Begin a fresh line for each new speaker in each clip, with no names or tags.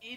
¿Y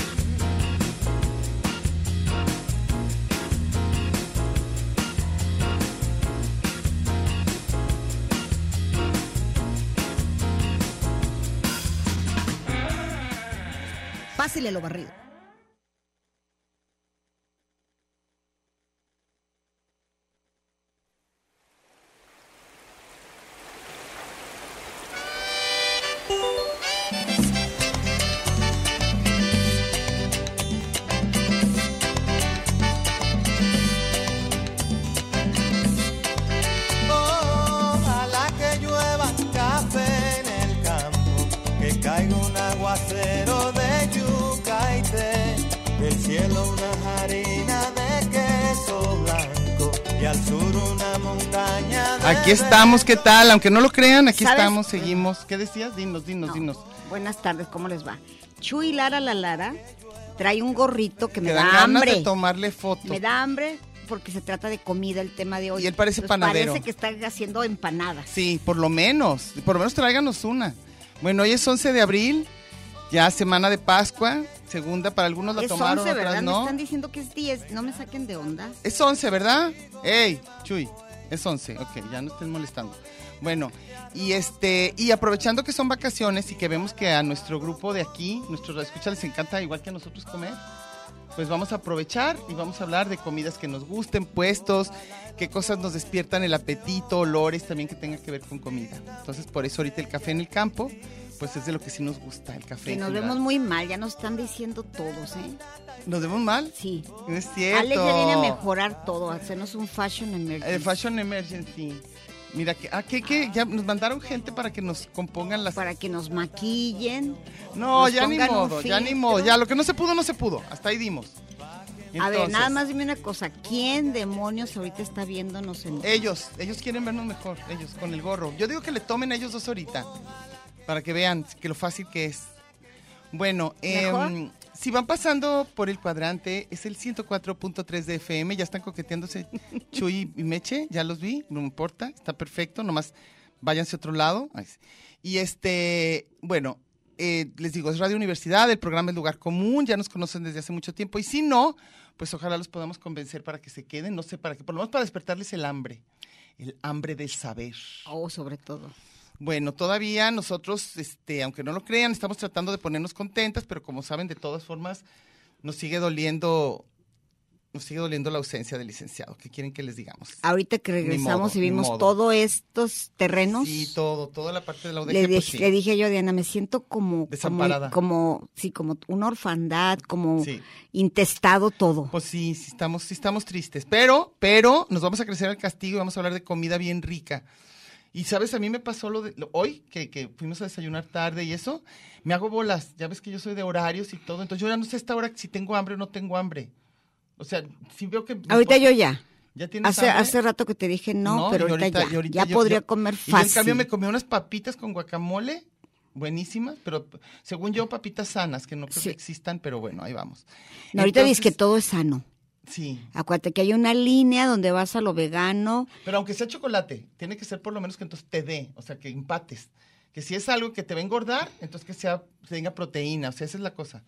Pásele lo barrido.
Ojalá que llueva café en el campo, que caiga un aguacero de yuca y té, del cielo una harina de queso blanco y al sur una montaña de
Aquí estamos, ¿qué tal? Aunque no lo crean, aquí
¿Sabes?
estamos, seguimos. ¿Qué decías? Dinos, dinos,
No.
dinos.
Buenas tardes, ¿cómo les va? Chuy Lara la Lara trae un gorrito que me
Te
da
dan ganas
hambre.
de tomarle fotos.
Me da hambre porque se trata de comida el tema de hoy.
Y él parece panadero.
Parece que está haciendo empanadas.
Sí, por lo menos, por lo menos tráiganos una. Bueno, hoy es 11 de abril, ya semana de Pascua, segunda para algunos la
es
tomaron,
11,
otras
¿verdad? Me
no.
están diciendo que es 10. No me saquen de onda.
Es 11, ¿verdad? Ey, Chuy, es 11. Ok, ya no estén molestando. Bueno, y este y aprovechando que son vacaciones y que vemos que a nuestro grupo de aquí, nuestros escuchas les encanta igual que a nosotros comer, pues vamos a aprovechar y vamos a hablar de comidas que nos gusten, puestos, qué cosas nos despiertan el apetito, olores también que tengan que ver con comida. Entonces, por eso ahorita el café en el campo, pues es de lo que sí nos gusta, el café.
Que
en
nos
general.
vemos muy mal, ya nos están diciendo todos, ¿eh?
¿Nos vemos mal?
Sí.
No es cierto.
Alex ya viene a mejorar todo, a hacernos un fashion emergency.
Eh, Fashion Emergency. Mira, que, ah, que, que ya nos mandaron gente para que nos compongan las.
Para que nos maquillen.
No,
nos
ya ni
pongan un
modo, ya ni
filtro.
modo. Ya lo que no se pudo, no se pudo. Hasta ahí dimos.
a ver,
Entonces,
nada más dime una cosa. ¿Quién demonios ahorita está viéndonos en
Ellos, ellos quieren vernos mejor, ellos, con el gorro. Yo digo que le tomen a ellos dos ahorita, para que vean que lo fácil que es. Bueno,
¿Mejor?
em, si van pasando por el cuadrante, es el 104.3 de FM, ya están coqueteándose Chuy y Meche, ya los vi, no me importa, está perfecto, nomás váyanse a otro lado. Ay, sí. Y este, bueno, eh, les digo, es Radio Universidad, el programa es Lugar Común, ya nos conocen desde hace mucho tiempo, y si no, pues ojalá los podamos convencer para que se queden, no sé, para que, por lo menos para despertarles el hambre, el hambre del saber.
Oh, sobre todo.
Bueno, todavía nosotros, este, aunque no lo crean, estamos tratando de ponernos contentas, pero como saben, de todas formas, nos sigue doliendo, nos sigue doliendo la ausencia del licenciado. ¿Qué quieren que les digamos?
Ahorita que regresamos
modo,
y
ni
vimos
modo.
todos estos terrenos,
Sí, todo, toda la parte de la
le,
audiencia.
dije, le dije yo a Diana, me siento como, como,
Desamparada.
como, sí, como una orfandad, como
Sí.
intestado todo.
Pues sí, sí estamos, sí estamos tristes, pero, pero nos vamos a crecer al castigo y vamos a hablar de comida bien rica. Y sabes, a mí me pasó lo de lo- hoy, que, que fuimos a desayunar tarde y eso, me hago bolas, ya ves que yo soy de horarios y todo, entonces yo ya no sé a esta hora si tengo hambre o no tengo hambre. O sea, si veo que...
ahorita yo ya.
¿Ya tienes
Hace,
hambre?
hace rato que te dije no,
y
pero ahorita, ya.
y ahorita
ya
yo-
podría
yo-
comer
Y yo,
fácil.
en cambio me comí unas papitas con guacamole, buenísimas, pero según yo papitas sanas, que no creo
Sí.
que existan, pero bueno, ahí vamos.
No, ahorita dices que
Entonces,
todo es sano.
Sí,
Acuérdate que hay una línea donde vas a lo vegano.
Pero aunque sea chocolate, tiene que ser por lo menos que entonces te dé, o sea, que empates. Que si es algo que te va a engordar, entonces que sea que tenga proteína, o sea, esa es la cosa.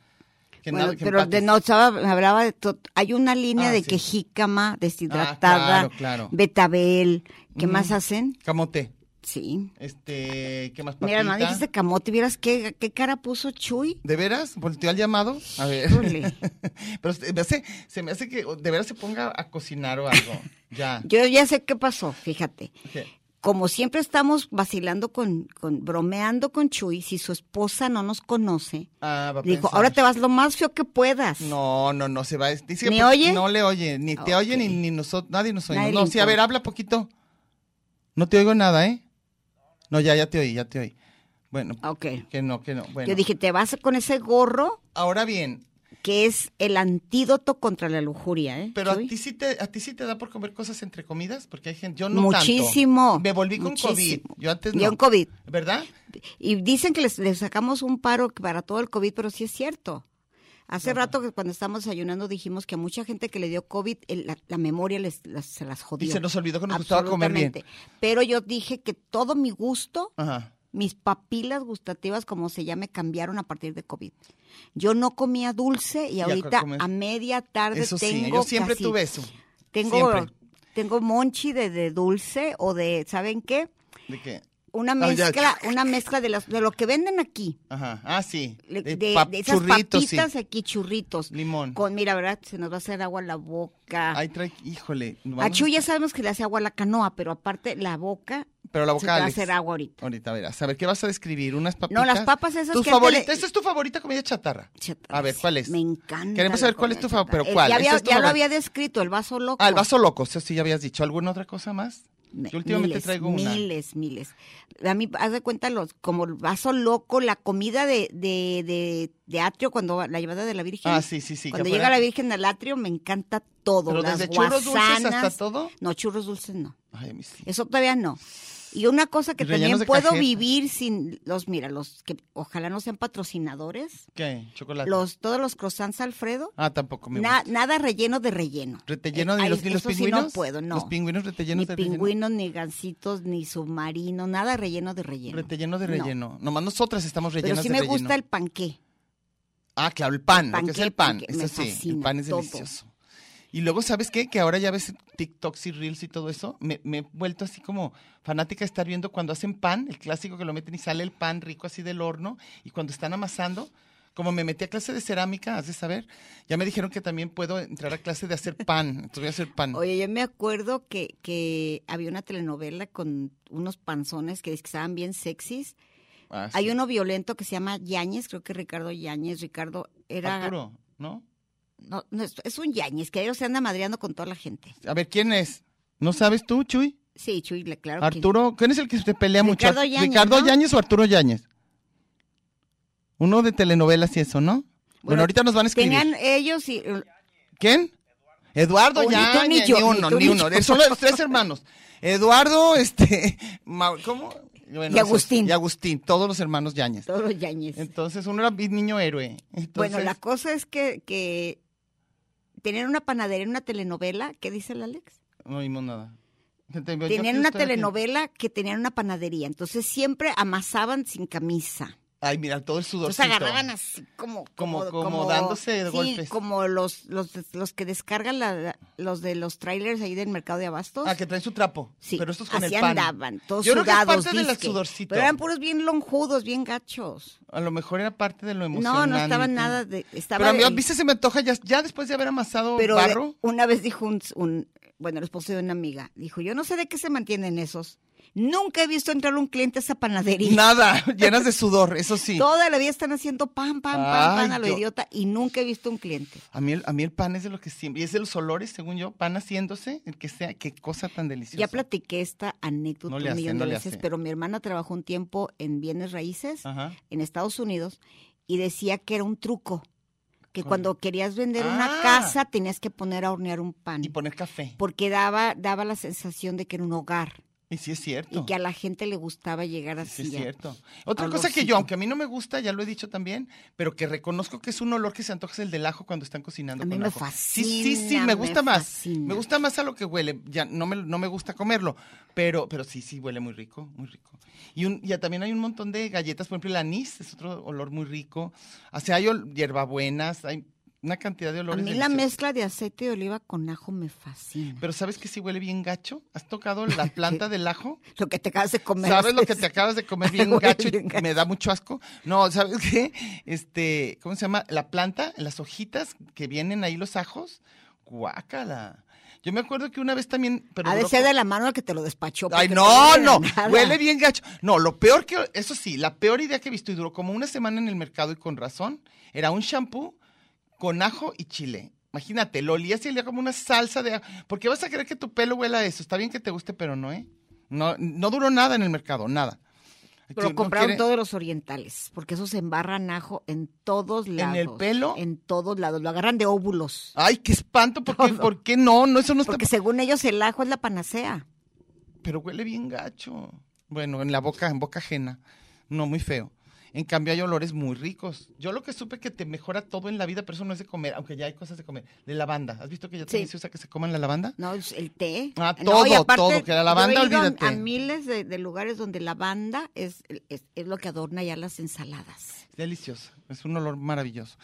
Que
Bueno,
nada, que
pero de
empates.
no, estaba- me hablaba de to- hay una línea
Ah,
de
sí.
que jícama deshidratada,
Ah, claro, claro. Mm.
betabel, ¿qué
Ujú.
más hacen?
Camote,
Sí.
este, ¿qué más papita?
Mira, no dijiste camote, vieras qué, qué cara puso Chuy.
¿De veras? ¿Volteó al llamado? A ver.
Híjole.
pero se me, hace, se me hace que o, de veras se ponga a cocinar o algo. Ya.
Yo ya sé qué pasó, fíjate.
¿Qué?
Como siempre estamos vacilando con, con bromeando con Chuy, si su esposa no nos conoce,
Ah, va a
dijo,
pensar.
ahora te vas lo más feo que puedas.
No, no, no, se va. Dice
¿Me
que
oye?
No le oye, ni te oye, ni,
Ok.
ni nosotros, nadie nos oye.
Nadie
no,
le
sí, a ver,
importa.
habla poquito. No te oigo nada, ¿eh? No, ya, ya te oí, ya te oí. Bueno,
Ok.
que no, que no. Bueno,
Ah. Yo dije, te vas con ese gorro
ahora bien,
que es el antídoto contra la lujuria, ¿eh?
pero a
Chuy?
ti, sí te, a ti sí te da por comer cosas entre comidas, porque hay gente, yo no tanto.
Muchísimo.
Me volví con
muchísimo.
COVID, yo antes no.
Yo en COVID.
¿Verdad?
Y dicen que les, les sacamos un paro para todo el COVID, pero sí es cierto. Hace rato que cuando estábamos desayunando dijimos que a mucha gente que le dio COVID el- la, la memoria les, las- se las jodió.
Y se nos olvidó que nos gustaba comer bien.
Absolutamente. Pero yo dije que todo mi gusto,
Ajá.
mis papilas gustativas, como se llame, cambiaron a partir de COVID. Yo no comía dulce y
acá
ahorita
comes.
a media tarde
Eso sí,
tengo
yo siempre
casi-
tuve eso.
Tengo,
siempre.
tengo monchi de, de dulce o de, ¿saben qué?
¿De qué?
Una
Ah, ya.
mezcla, una mezcla de, las, de lo que venden aquí.
Ajá. Ah, sí.
Le-
De
De,
pap-
de esas
churritos, sí.
papitas eh, aquí, churritos.
Limón.
Con, mira, ¿verdad? Se nos va a hacer agua en la boca.
Ay, trae, híjole. vamos
a Chu ya sabemos que le hace agua a la canoa, pero aparte la boca,
Pero la
se
boca
te va a
Alex.
hacer agua ahorita.
Ahorita verás. A ver, ¿qué vas a describir? ¿Unas papitas?
No, las papas esas
¿Tu
que antes
favorita?
le-
¿Esa es tu favorita comida chatarra?
Chatarra,
A ver,
sí.
¿cuál es?
pues, Me encanta.
Queremos
la
saber cuál es
comida
tu fav- pero
chatarra. Eh,
¿cuál?
Ya,
Esa
había-
es tu
ya lo
favorita.
había descrito, el vaso loco.
Ah, el vaso loco. Eso sí ya habías dicho. ¿Alguna otra cosa más?
Me-
Yo últimamente
miles,
traigo una.
Miles, miles. A mí, haz de cuenta, los, como el vaso loco, la comida de, de, de, de atrio, cuando va- la llevada de la Virgen.
Ah, sí, sí, sí, que
Cuando
fuera-
llega la Virgen al atrio, me encanta todo.
Pero
las
desde churros dulces hasta
guasanas.
todo.
No, churros dulces no.
Ay, a mí sí.
Eso todavía no. Y una cosa que
Y rellenos
también
de
puedo
cajeta.
vivir sin los, mira, los que ojalá no sean patrocinadores,
¿Qué? ¿Chocolate?
los todos los croissants Alfredo,
Ah, tampoco me
na-
gusta.
nada relleno de relleno. Eh,
¿Relleno de
Ay,
los, ni los
eso sí
pingüinos?
no puedo, no.
¿Los pingüinos retellenos
ni
de relleno?
pingüinos, ni gansitos, ni submarino, nada relleno de relleno.
Relleno de
No.
relleno. Nomás nosotras estamos
Pero
rellenas
sí
de
me
relleno.
gusta el panqué.
Ah, claro, el pan, lo que es
panqué,
el pan.
panqué,
Eso
me
sí, el
fascina,
pan es
todo.
delicioso. Y luego, ¿sabes qué? Que ahora ya ves TikToks y Reels y todo eso. Me, me he vuelto así como fanática de estar viendo cuando hacen pan, el clásico que lo meten y sale el pan rico así del horno. Y cuando están amasando, como me metí a clase de cerámica, has de saber, ya me dijeron que también puedo entrar a clase de hacer pan. Entonces voy a hacer pan.
Oye, yo me acuerdo que, que había una telenovela con unos panzones que dizque estaban bien sexys.
Ah, sí.
Hay uno violento que se llama Yáñez, creo que Ricardo Yáñez. Ricardo era...
Arturo, ¿no?
No, no, es, es un Yáñez, que ellos se anda madreando con toda la gente.
A ver, ¿quién es? ¿No sabes tú, Chuy?
Sí, Chuy, le- claro
Arturo, ¿quién es el que se pelea mucho?
Ricardo Yáñez,
¿Ricardo
¿no?
Yáñez o Arturo Yáñez? Uno de telenovelas y eso, ¿no? Bueno,
Bueno,
ahorita nos van a
que...
escribir.
Tenían ellos y... uh,
¿Quién? Eduardo
Oh, ni tú,
Yáñez,
ni
ni,
yo, ni
uno,
tú,
ni,
ni
uno.
yo.
Son los tres hermanos. Eduardo, este, Ma- ¿cómo? Bueno, esos.
Agustín.
Y Agustín, todos los hermanos Yáñez.
Todos los Yáñez.
Entonces, uno era bi- niño héroe. Entonces,
Bueno, la cosa es que, que tenían una panadería en una telenovela, ¿qué dice el Alex?
No vimos nada. Yo te- Pues yo
Tenían
aquí
una
estoy aquí.
telenovela que tenían una panadería, entonces siempre amasaban sin camisa.
Ay, mira, todo el sudor.
Entonces agarraban así como
Como- como dándose de
sí,
golpes.
como los los los que descargan la- la- los de los trailers ahí del mercado de abastos.
Ah, que traen su trapo.
Sí,
pero estos con
así
el pan.
andaban, todos
Yo creo que es
sudados,
parte del
dizque.
sudorcito.
Pero eran puros bien lonjudos, bien gachos.
A lo mejor era parte de lo
No,
emocionante.
no estaban nada de estaba
pero a mí,
el-
¿viste? Se me antoja ya, ya después de haber amasado
Pero de-
barro.
una vez dijo un, un- bueno, el esposo de una amiga, dijo, yo no sé de qué se mantienen esos. Nunca he visto entrar un cliente a esa panadería.
Nada, llenas de sudor, eso sí.
Toda la vida están haciendo pan, pan, pan, pan a lo
Ay, yo-
idiota y nunca he visto un cliente.
A mí, el, a mí el pan es de lo que siempre, y es de los olores, según yo, pan haciéndose, el que sea, qué cosa tan deliciosa.
Ya platiqué esta anécdota
No le
un
hace,
millón
no
de
le
veces,
hace. Ah.
pero mi hermana trabajó un tiempo en bienes raíces
Ajá.
en Estados Unidos y decía que era un truco, que
¿Cuál?
cuando querías vender una
Ah.
casa tenías que poner a hornear un pan,
Y poner café.
porque daba, daba la sensación de que era un hogar.
Y sí es cierto.
y que a la gente le gustaba llegar así.
Sí, es
ya.
cierto. Otra cosa
Olorcito.
que yo, aunque a mí no me gusta, ya lo he dicho también, pero que reconozco que es un olor que se antoja es el del ajo cuando están cocinando.
A mí
con
me
ajo. Sí, sí,
fascina,
sí, me
me
gusta más.
fascina.
Me gusta más a lo que huele. Ya no me, no me gusta comerlo, pero, pero sí, sí, huele muy rico, muy rico. Y un, ya también hay un montón de galletas, por ejemplo, el anís es otro olor muy rico. O sea, hay ol- hierbabuenas, hay una cantidad de
A
olores.
mí la
deliciosos.
mezcla de aceite de oliva con ajo me fascina.
Pero ¿sabes que sí huele bien gacho? ¿Has tocado la planta del ajo?
lo que te acabas de comer. este,
¿Sabes
es-
lo que te acabas de comer bien
Huele
gacho? y
bien gacho.
Me da mucho asco. No, ¿sabes qué? Este, ¿cómo se llama? La planta, las hojitas que vienen ahí los ajos. Guácala. Yo me acuerdo que una vez también. Pero
Ha de
duró
ser
como-
de la mano al que te lo despachó.
Ay,
porque
no,
huele a
no.
nada.
Huele bien gacho. No, lo peor que. Eso sí, la peor idea que he visto y duró como una semana en el mercado y con razón, era un shampoo con ajo y chile. Imagínate, lo olías y olía como una salsa de ajo. ¿Por qué vas a creer que tu pelo huela a eso? Está bien que te guste, pero no, ¿eh? No, no duró nada en el mercado, nada.
Pero
No
compraron
quiere-
todos los orientales, porque esos embarran ajo en todos lados.
el pelo?
En todos lados. Lo agarran de óvulos.
Ay, qué espanto, ¿por qué, por qué no? No, eso no está.
Porque según ellos el ajo es la panacea.
Pero huele bien gacho. Bueno, en la boca, en boca ajena. No, muy feo. En cambio hay olores muy ricos. Yo lo que supe que te mejora todo en la vida, pero eso no es de comer, aunque ya hay cosas de comer. De lavanda. ¿Has visto que ya también se usa que se coman la lavanda?
No, es el té.
Ah,
No,
todo,
y aparte,
todo, que la lavanda,
yo he ido a-
olvídate.
A, miles de, de lugares donde la lavanda es, es, es lo que adorna ya las ensaladas.
Deliciosa. Es un olor maravilloso.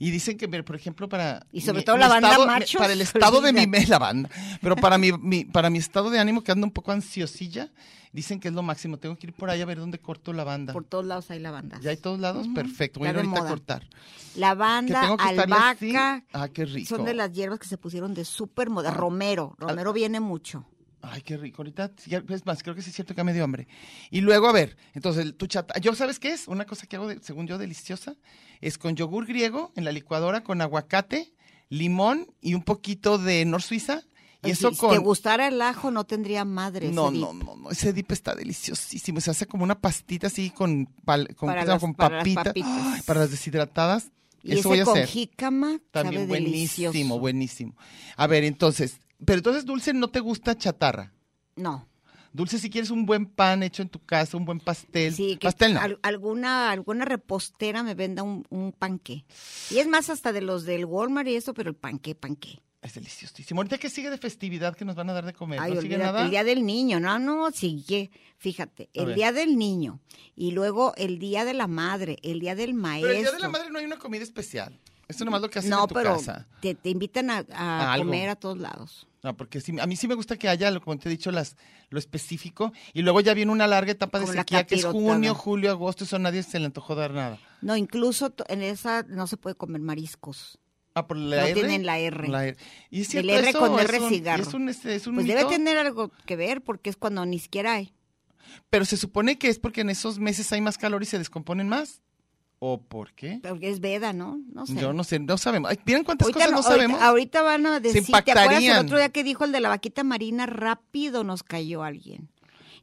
Y dicen que, mira, por ejemplo, para.
Y sobre todo lavanda
estado-
machos,
Para el estado de mi.
olvídate.
me- Lavanda. Pero para mi, mi- para mi estado de ánimo, que ando un poco ansiosilla, dicen que es lo máximo. Tengo que ir por ahí a ver dónde corto lavanda.
Por todos lados hay lavanda.
¿Ya hay todos lados? Perfecto. Voy a ir
Está de
ahorita a
moda.
cortar.
Lavanda,
que tengo que estarle así.
albahaca.
Ah, qué rico. Ah.
Son de las hierbas que se pusieron de súper moda. Romero. Romero viene mucho.
Ay, qué rico. Ahorita, sí, ya- es más, creo que sí es cierto que me dio hambre. Y luego, a ver, entonces, el- tu chata. ¿Yo sabes qué es? Una cosa que hago, de- según yo, deliciosa. Es con yogur griego en la licuadora, con aguacate, limón y un poquito de nor suiza. Y
Ay,
eso
si,
con...
te gustara el ajo, no tendría madre.
no,
ese
no,
dip.
no, no. Ese dip está deliciosísimo. Se hace como una pastita así con, pal- con,
Para
¿qué se llama?
las-
con
para las
papita. Ay, Para las,
papitas.
deshidratadas.
Y
eso
ese
voy a
con
hacer.
jícama
También
sabe
buenísimo,
delicioso.
buenísimo. A ver, entonces, pero entonces dulce no te gusta chatarra.
No.
Dulce, si quieres un buen pan hecho en tu casa, un buen pastel.
Sí, que
pastel no.
al- alguna, alguna repostera me venda un, un panque. Y es más hasta de los del Walmart y eso, pero el panque, panque.
Es deliciosísimo. Ahorita que sigue de festividad que nos van a dar de comer.
Ay,
no sigue
olvídate,
nada.
el día del niño, no, no, sigue, fíjate,
A
el
ver.
día del niño y luego el día de la madre, el día del maestro.
pero el día de la madre no hay una comida especial. Eso nomás lo que hacen
no,
en tu
pero
casa.
te, te invitan a, a
A algo.
comer a todos lados.
No, porque sí- a mí sí me gusta que haya, lo- como te he dicho, las, lo específico. Y luego ya viene una larga etapa de
Como la
sequía, que es
capirotada.
junio, julio, agosto. Eso a nadie se le antojó dar nada.
No, incluso to- en esa no se puede comer mariscos.
Ah, por la
No
R.
tienen la R.
Y es
Del
cierto,
R
eso
con
es
R
un-
cigarro.
Es un, este, es un
Pues
mito.
debe tener algo que ver porque es cuando ni siquiera hay.
Pero se supone que es porque en esos meses hay más calor y se descomponen más. ¿O por qué?
Porque es veda, ¿no? No sé.
Yo no sé, no sabemos. Ay, Miren cuántas
Ahorita
cosas no,
no- ahorita-
sabemos.
Ahorita, van a decir, ¿te acuerdas el
impactarían.
otro día que dijo el de la vaquita marina? Rápido nos cayó alguien.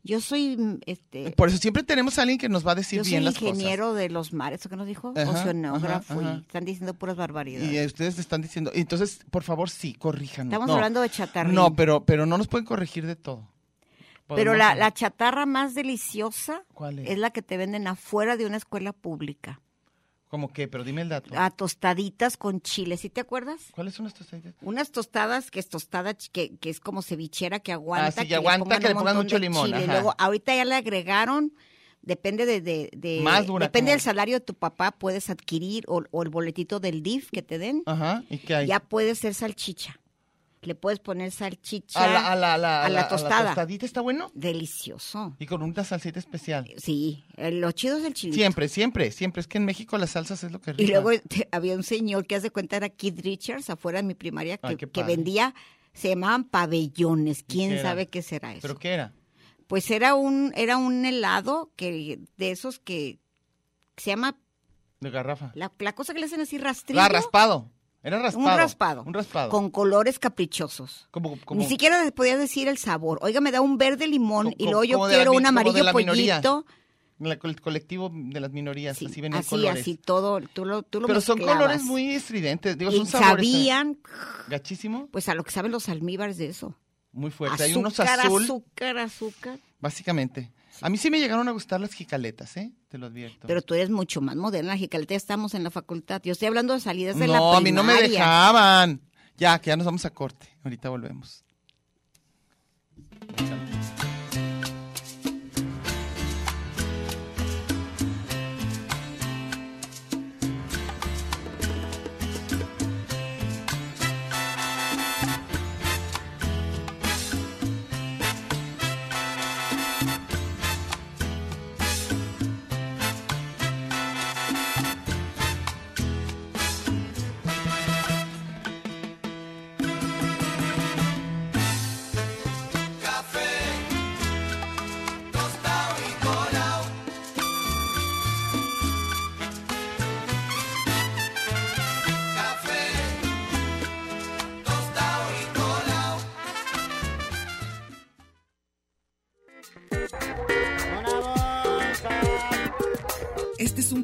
Yo soy, mm, este,
Por eso siempre tenemos a alguien que nos va a decir
yo soy
bien las
ingeniero de los mares, ¿eso qué nos dijo?
Ajá,
Oceanógrafo.
ajá,
y
ajá.
Están diciendo puras
cosas. Y
barbaridades.
eh, ustedes están diciendo. Entonces, por favor, sí, corríjanos.
Estamos
No,
hablando de chatarra.
No, pero, pero no nos pueden corregir de todo.
Pero
Podemos-
la, la chatarra más deliciosa
¿Cuál es?
es la que te venden afuera de una escuela pública.
¿Cómo qué? Pero dime el dato.
A tostaditas con chile, ¿sí te acuerdas?
¿Cuáles son estas ideas?
Unas tostadas que es tostada, ch- que, que es como cevichera, que aguanta.
Ah, sí, que aguanta, que le
un
pongan
montón
mucho
de
limón,
chile.
ajá.
Luego, ahorita ya le agregaron, depende de... de- de-
Más dura,
Depende
como-
del salario de tu papá, puedes adquirir o, o el boletito del DIF que te den.
Ajá, ¿y qué hay?
Ya puede ser salchicha. Le puedes poner salchicha
a, la, a, la, a, la,
a la tostada.
tostadita está bueno.
Delicioso.
Y con una salsita especial.
Sí, eh, lo chido es el chile.
Siempre, siempre, siempre. Es que en México las salsas es lo que
Y
rifa.
luego este, había un señor que hace cuenta era Keith Richards afuera de mi primaria que,
Ay, qué
que
padre.
vendía, se llamaban pabellones, quién
qué era?
sabe qué será eso.
¿Pero qué era?
Pues era un, era un helado que, de esos que se llama
De garrafa.
la, la cosa que le hacen así rastrillo.
Ah, raspado. Era raspado.
Un raspado.
Un raspado.
Con colores caprichosos.
como, como,
Ni siquiera les podía decir el sabor. Oiga, me da un verde limón
Co-
y
co-
luego yo
como de la
quiero
mi-
un
como de
amarillo
la minoría.
pollito.
La- el colectivo de las minorías,
Sí,
así ven
así,
colores.
así, todo. Tú lo, tú lo
Pero son
mezclabas.
colores muy estridentes, digo,
Y
son sabores
sabían,
eh, gachísimo,
pues a lo que saben los almíbares de eso.
muy fuerte. Pues, Hay unos azul,
azúcar, azúcar.
básicamente. A mí sí me llegaron a gustar las jicaletas, ¿eh? Te lo advierto.
Pero tú eres mucho más moderna, Jicalita, estamos en la facultad. Yo estoy hablando de salidas de la
no,
primaria.
a mí no me dejaban. Ya, que ya nos vamos a corte. Ahorita volvemos.
Café.
Este es un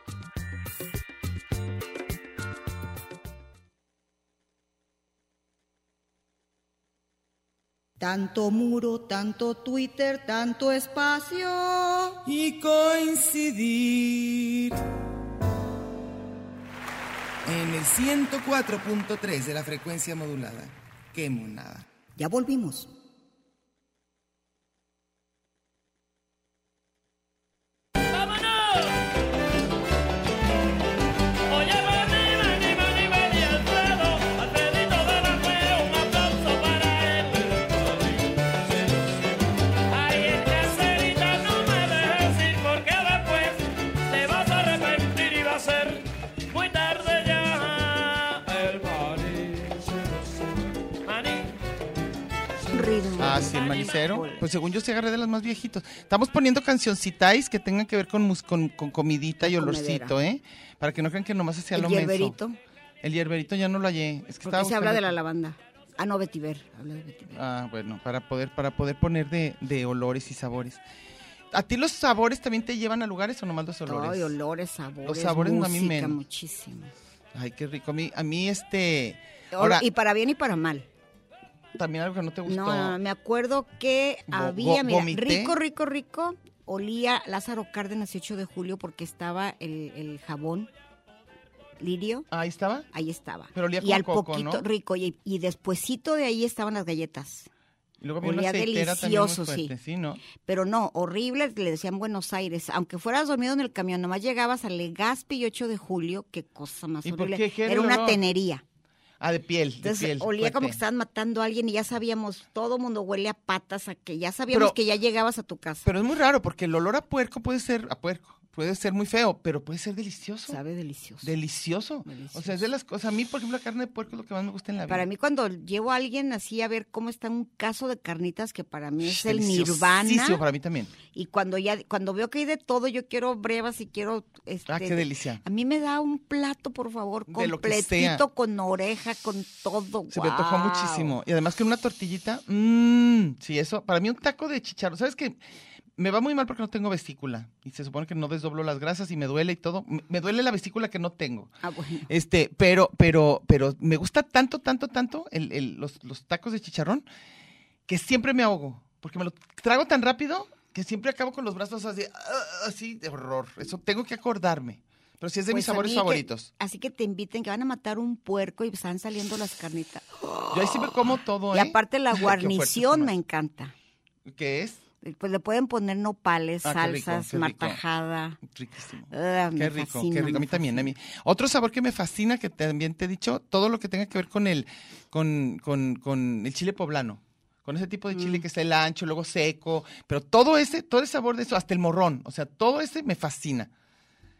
Tanto muro, tanto Twitter, tanto espacio.
y coincidir. En el 104.3 de la frecuencia modulada. Qué monada.
Ya volvimos.
¡Vámonos! Oye, Mani, Mani, Mani, Mani, Alfredo, Alfredito de la Fe, un aplauso para él. Ay, el caserita no me dejes ir porque después te vas a arrepentir y va a ser muy tarde ya. El Mani, Mani.
Ritmo.
Ah, sí, el manicero. Pues según yo se agarré de las más viejitos. Estamos poniendo cancioncitais que tengan que ver con, mus- con, con comidita y
Con
olorcito, ¿eh? Para que no crean que nomás hacía
El
lo menso.
hierberito.
El hierberito ya no lo hallé. Es que
Porque
estaba
se habla de
buscando-
la lavanda. Ah, no, vetiver. Habla de vetiver.
Ah, bueno, para poder, para poder poner de, de olores y sabores. ¿A ti los sabores también te llevan a lugares o nomás los olores?
Ay, olores, sabores.
Los sabores no, a mí
música,
menos.
muchísimo.
Ay, qué rico. A mí, a mí este...
Ahora,
Ahora,
y para bien y para mal.
también algo que no te gustó.
No, no, no, me acuerdo que
Vo-
había,
vo-
mira,
vomité.
rico, rico, rico. Olía Lázaro Cárdenas 8 de julio porque estaba el, el jabón lirio.
Ahí estaba.
Ahí estaba.
Pero olía
y
como
al
coco,
poquito,
¿no?
rico. Y, y despuesito de ahí estaban las galletas.
Y luego había una
Olía
aceitera también muy
delicioso, sí.
fuerte, sí. ¿no?
Pero no, horrible, le decían Buenos Aires. Aunque fueras dormido en el camión, nomás llegabas a Legazpi y 8 de julio, qué cosa más
¿Y por
horrible.
qué? ¿Qué era
Era
el
una
olor?
tenería.
Ah, de piel, de
Entonces
piel.
olía como que
fuerte.
estaban matando a alguien y ya sabíamos, todo mundo huele a patas, a que ya sabíamos
Pero-
que ya llegabas a tu casa.
Pero es muy raro porque el olor a puerco puede ser, a puerco, puede ser muy feo, pero puede ser delicioso.
Sabe delicioso.
Delicioso. O sea, es de las cosas. A mí, por ejemplo, la carne de puerco es lo que más me gusta en la vida.
Para mí cuando llevo a alguien así a ver cómo está un caso de carnitas que para mí es el
Deliciosísimo
nirvana
para mí también.
y cuando ya cuando veo que hay de todo yo quiero brevas y quiero este
Ah, qué delicia.
A mí me da un plato, por favor,
De lo que sea.
completito con oreja, con todo.
Se me antojó
¡Guau!
muchísimo. Y además que una tortillita, mmm, sí, eso. Para mí un taco de chicharro. ¿Sabes qué? Me va muy mal porque no tengo vesícula. Y se supone que no desdoblo las grasas y me duele y todo. Me me duele la vesícula que no tengo.
Ah, bueno.
Este, pero, pero, pero me gusta tanto, tanto, tanto el, el- los, los tacos de chicharrón que siempre me ahogo. Porque me lo trago tan rápido que siempre acabo con los brazos así, ah, así de horror. Eso tengo que acordarme. Pero sí es de mis
Pues a
sabores
mí que-
favoritos.
así que te inviten, que van a matar un puerco y están saliendo las carnitas.
Yo ahí siempre como todo,
Y
¿eh?
aparte la
Qué fuerte
guarnición me
jamás.
encanta.
¿Qué es?
Pues le pueden poner nopales,
Ah, qué rico,
salsas,
qué rico.
martajada.
Riquísimo.
Ah, me
Qué rico,
fascina,
qué rico.
me
A mí también, a mí. Otro sabor que me fascina, que también te he dicho, todo lo que tenga que ver con el, con, con, con el chile poblano. Con ese tipo de chile
Mm.
que está el ancho, luego seco, pero todo ese, todo el sabor de eso, hasta el morrón, o sea, todo ese me fascina.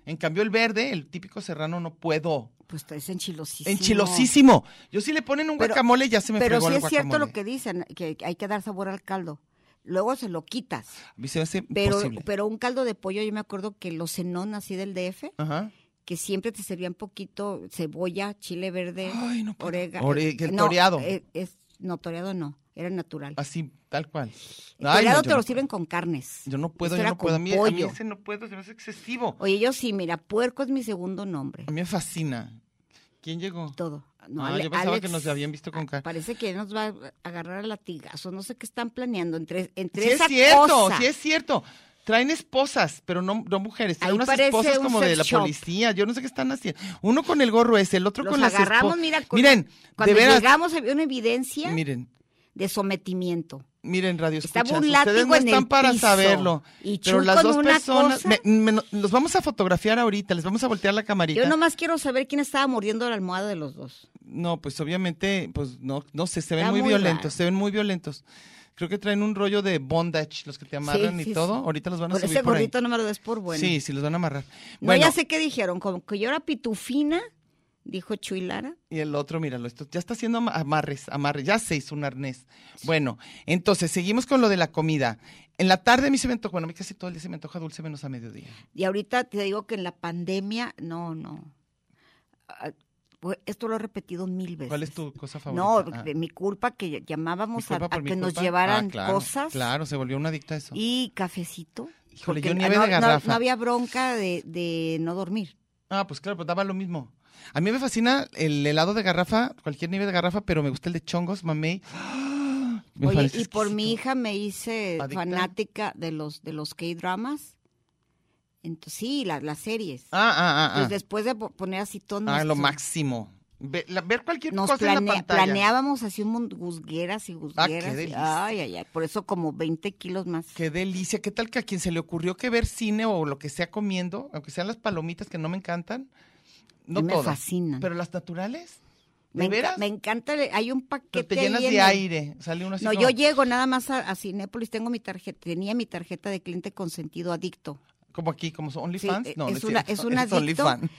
En cambio, el verde, el típico serrano, no puedo.
Pues es enchilosísimo.
Enchilosísimo. Yo sí le ponen un
Pero-
guacamole, ya se me
Pero
fregó
sí
el
es cierto lo
guacamole.
que dicen, que hay que dar sabor al caldo. Luego se lo quitas.
A mí se me hace
Pero,
imposible.
pero un caldo de pollo, yo me acuerdo que los cenón así del DF,
Ajá.
que siempre te servían poquito cebolla, chile verde,
Ay, no puedo.
orégano.
Ore- que el toreado.
eh, es, no, toreado no, era natural.
Así, tal cual.
El
Ay,
toreado
no,
te
yo
lo
no-
sirven con carnes.
Yo no puedo,
Esto
yo
era
no puedo. A
con
mí, a mí
pollo.
ese no puedo, se me hace excesivo.
Oye, yo sí, mira, puerco es mi segundo nombre.
A mí me fascina. ¿Quién llegó?
Todo. No,
Ah,
Ale-
yo pensaba
Alex, ah,
que nos habían visto con cara.
Parece que nos va a agarrar a latigazos. No sé qué están planeando entre, entre
Sí es
esa
cierto,
cosa.
sí es cierto. Traen esposas, pero no, no mujeres. Traen
Ahí
unas
parece
esposas
un
como de
sex
la
shop.
policía. Yo no sé qué están haciendo. Uno con el gorro ese, el otro
Los
con las esposas.
agarramos, mira, con-
Miren, de
Cuando
veras.
llegamos había una evidencia
Miren,
de sometimiento.
miren, radio
Estaba
escuchas.
un
Ustedes
látigo
no
en el
están para
piso.
saberlo.
Y
pero
Chuy
las
con
dos
una
personas.
cosa.
me- me- los vamos a fotografiar ahorita, les vamos a voltear la camarita.
Yo nomás quiero saber quién estaba mordiendo la almohada de los dos.
No, pues obviamente, pues no, no sé, se ven
Está
muy,
muy
violentos,
raro.
se ven muy violentos. Creo que traen un rollo de bondage, los que te amarran
Sí,
y
sí,
todo.
sí.
Ahorita los van a
Por
subir
ese
por ahí.
gordito no me lo des por bueno.
Sí, sí, los van a amarrar.
No,
bueno,
ya sé qué dijeron, como que yo era pitufina dijo Chuy Lara.
Y el otro, míralo, esto ya está haciendo ama- amarres, amarres, ya se hizo un arnés. Bueno, entonces, seguimos con lo de la comida. En la tarde a mí se me antoja, bueno, a mí casi todo el día se me antoja dulce menos a mediodía.
Y ahorita te digo que en la pandemia, no, no. Ah, pues, Esto lo he repetido mil veces.
¿Cuál es tu cosa favorita?
No,
Ah,
de mi culpa que
¿mi
llamábamos a,
culpa
a
por mi
que nos
culpa?
llevaran
Ah, claro,
cosas
Claro, se volvió una adicta a eso.
y cafecito.
Híjole,
porque
yo nieve
no,
de
no-
garrafa.
no había bronca de, de no dormir.
Ah, pues claro, pues daba lo mismo. A mí me fascina el helado de garrafa, cualquier nivel de garrafa, pero me gusta el de chongos, mamey. Me
Oye,
parece
y por mi
exquisito.
hija me hice
¿Adicta?
fanática de los de los K-dramas. Entonces, sí, la- las series.
Ah, ah, ah. ah.
Entonces, después de po- poner así todos
Ah, lo
nuestros-
máximo. Ve- la- ver cualquier
Nos
cosa en la
planea-
pantalla. Ah,
planeábamos así un mundo, guzgueras y guzgueras. y-
delicia.
ay, ay, ay. Por eso como 20 kilos más.
Qué delicia. ¿Qué tal que a quien se le ocurrió que ver cine o lo que sea comiendo, aunque sean las palomitas que no me encantan? No
A mí me
todas.
fascinan.
Pero las naturales. ¿De
me, enca-
veras?
me encanta, el- hay un
Pero
paquete
te
ahí
llenas
en
de
el-
aire. Sale uno así
No,
como-
yo llego nada más a, a Cinépolis, tengo mi tarjeta, tenía mi tarjeta de cliente consentido adicto.
Como aquí, como son
Sí,
OnlyFans.
eh,
no, no
es, una,
cierto,
es un adicto.
OnlyFans.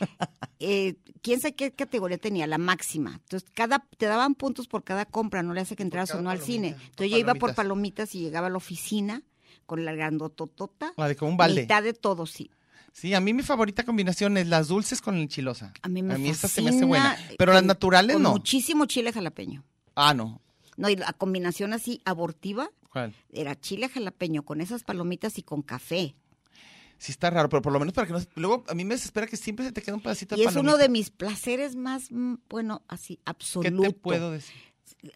Eh, ¿Quién sabe qué categoría tenía? La máxima. Entonces, cada, te daban puntos por cada compra, no le hace que entraras o
cada
no al
palomita,
cine.
por
Entonces, yo iba por
palomitas.
palomitas y llegaba a la oficina con la grandototota.
La Ah, de como un balde.
Mitad de todo, sí.
Sí, a mí mi favorita combinación es las dulces con el chilosa.
A mí me
esta se
fascina.
me hace buena. Pero las
con-
naturales
con
no.
muchísimo chile jalapeño.
Ah, no.
No, y la combinación así abortiva
¿Cuál?
era chile jalapeño con esas palomitas y con café.
Sí está raro, pero por lo menos para que no... se- Luego, a mí me desespera que siempre se te queda un pedacito de
Y es uno
palomita.
de mis placeres más, mm, bueno, así,
¿Qué
absoluto.
te puedo decir?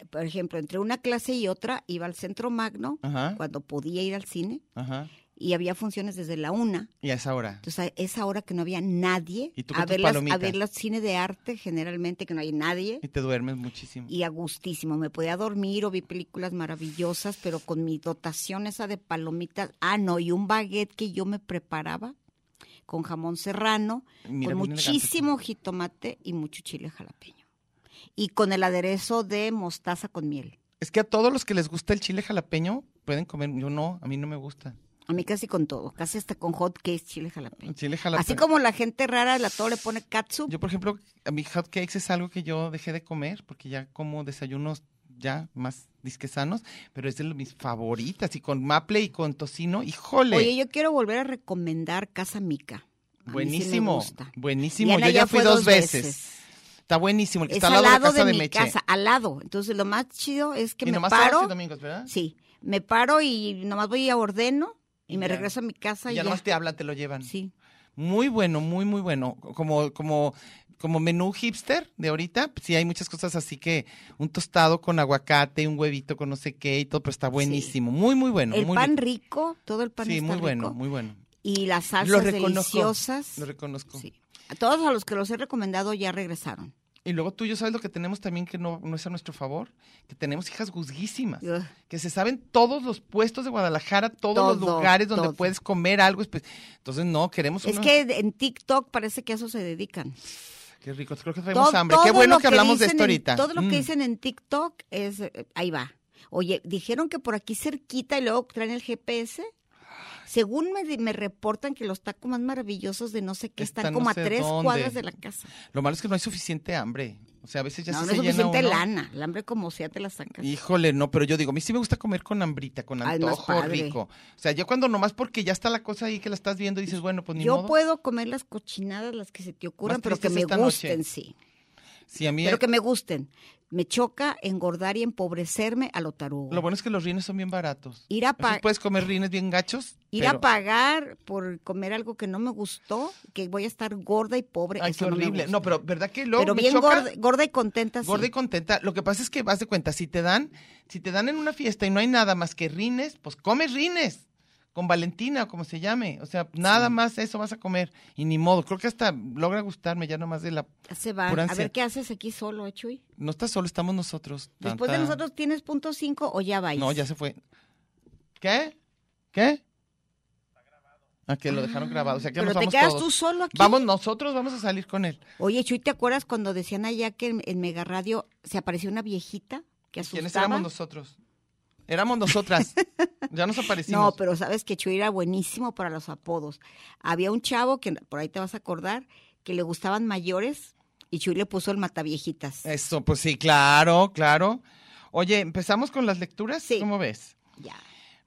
Por ejemplo, entre una clase y otra iba al Centro Magno,
Ajá.
cuando podía ir al cine,
Ajá.
y había funciones desde la una.
Y a esa hora.
Entonces, a esa hora que no había nadie,
Y tú con
a
tus
ver, las, a
palomitas.
ver las cine de arte generalmente, que no hay nadie,
Y te duermes muchísimo.
y a gustísimo. Me podía dormir o vi películas maravillosas, pero con mi dotación esa de palomitas, ah, no, y un baguette que yo me preparaba con jamón serrano,
Mira,
con
bien
muchísimo jitomate y mucho chile jalapeño. Y con el aderezo de mostaza con miel.
Es que a todos los que les gusta el chile jalapeño pueden comer. Yo no, a mí no me gusta.
A mí casi con todo, casi hasta con hot cakes chile jalapeño.
El chile jalapeño.
Así como la gente rara la todo le pone katsu.
Yo, por ejemplo, a mi hot cakes es algo que yo dejé de comer porque ya como desayunos ya más disquesanos, pero es de lo- mis favoritas. Y con maple y con tocino, híjole.
Oye, yo quiero volver a recomendar Casa Mica. A mí sí me
buenísimo.
gusta.
Buenísimo.
Diana
yo ya fui
fue
dos veces. Está buenísimo. El que
Es
está al lado de la casa de,
mi
Meche.
casa, al lado. Entonces lo más chido es que
y
me
nomás sábados y
paro.
domingos, ¿verdad?
Sí, me paro y nomás voy a ordeno y,
Y
me
ya.
regreso a mi casa
Y
y
ya
ya.
nomás te hablan, te lo llevan.
Sí.
Muy bueno, muy, muy bueno. Como, como, como menú hipster de ahorita, sí hay muchas cosas así que un tostado con aguacate, un huevito con no sé qué y todo, pero está buenísimo. Muy, muy bueno.
el
muy
pan
rico.
rico, todo el pan
Sí,
está
muy bueno,
rico.
muy bueno.
Y las
Lo
salsas
reconozco.
deliciosas.
Lo reconozco.
Sí. A todos a los que los he recomendado ya regresaron.
Y luego tú y yo sabes lo que tenemos también que no, no es a nuestro favor, que tenemos hijas juzguísimas.
Ugh.
que se saben todos los puestos de Guadalajara, todos los
Todo,
lugares donde
todo.
puedes comer algo. espe- Entonces, no, queremos
Es
uno-
que en TikTok parece que a eso se dedican.
Qué rico, creo que traemos
To-
hambre. Qué
todo
bueno
lo
que hablamos de
dicen
esto
en-
ahorita.
Todo lo
Mm.
que dicen en TikTok es, eh, ahí va. Oye, dijeron que por aquí cerquita y luego traen el GPS. Según me, di- me reportan que los tacos más maravillosos de no sé qué están
Están no
como
sé
a tres
dónde.
cuadras de la casa.
Lo malo es que no hay suficiente hambre. O sea, a veces ya
no,
sí
no
se
es
llena
suficiente
uno.
lana. El hambre como sea te la sacas.
Híjole, no, pero yo digo, a mí sí me gusta comer con hambrita, con
Ay, más
antojo
padre.
rico. O sea, yo cuando nomás porque ya está la cosa ahí que la estás viendo, dices, bueno, pues ni
Yo
modo.
puedo comer las cochinadas, las que se te ocurran,
Más
pero que
tristes
me
esta noche.
gusten, sí.
Sí, a mí
Pero que me gusten. Me choca engordar y empobrecerme a lo tarugo.
lo bueno es que los rines son bien baratos.
Ir a
Esos
pa-
puedes comer rines bien gachos.
Ir
pues, pero-
a pagar por comer algo que no me gustó, que voy a estar gorda y pobre.
Ay,
eso
qué
no me
horrible.
gusta.
No, pero ¿verdad que luego
pero
me
bien
choca?
gorda, gorda y contenta. sí.
Gorda y contenta. Lo que pasa es que vas de cuenta, si te dan, si te dan en una fiesta y no hay nada más que rines, pues comes rines. Con Valentina o como se llame. O sea, nada más eso vas a comer. Y ni modo. Creo que hasta logra gustarme ya nomás de la.
Ya Se va.
pura
A
ansia.
ver qué haces aquí solo, eh, Chuy.
No estás solo, estamos nosotros.
Después de
Tanta-
nosotros tienes punto cinco o ya vais.
No, ya se fue. ¿Qué? ¿Qué? Ah, que lo dejaron grabado. O sea, que
Pero
nos
te
vamos
quedas
todos.
tú solo aquí.
Vamos, nosotros vamos a salir con él.
Oye, Chuy, ¿te acuerdas cuando decían allá que en, en Mega Radio se apareció una viejita que asustaba?
¿Quiénes éramos nosotros? Éramos nosotras. ya nos aparecimos.
No, pero sabes que Chuy era buenísimo para los apodos. Había un chavo que por ahí te vas a acordar que le gustaban mayores Y Chuy le puso el mataviejitas.
Eso, pues sí, claro, claro. Oye, ¿empezamos con las lecturas?
Sí.
¿Cómo ves?
Ya.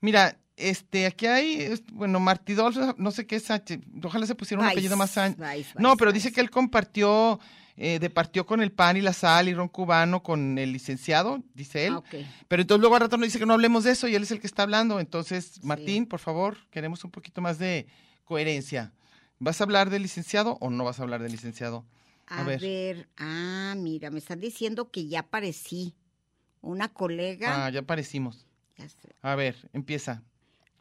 Mira, este, aquí hay, es- bueno, Martidol, no sé qué es, H, ojalá se pusiera un
Vais,
apellido más ancho.
vais, vais,
No, pero
vais.
dice que él compartió, eh, departió con el pan y la sal y ron cubano con el licenciado, dice él.
Ah, ok.
Pero entonces luego al rato nos dice que no hablemos de eso y él es el que está hablando. Entonces, Martín, por favor, queremos un poquito más de coherencia. ¿Vas a hablar del licenciado o no vas a hablar del licenciado? A
A
ver.
ver. ah, mira, me están diciendo que ya aparecí. Una colega.
Ah, ya parecimos.
ya sé.
A ver, empieza.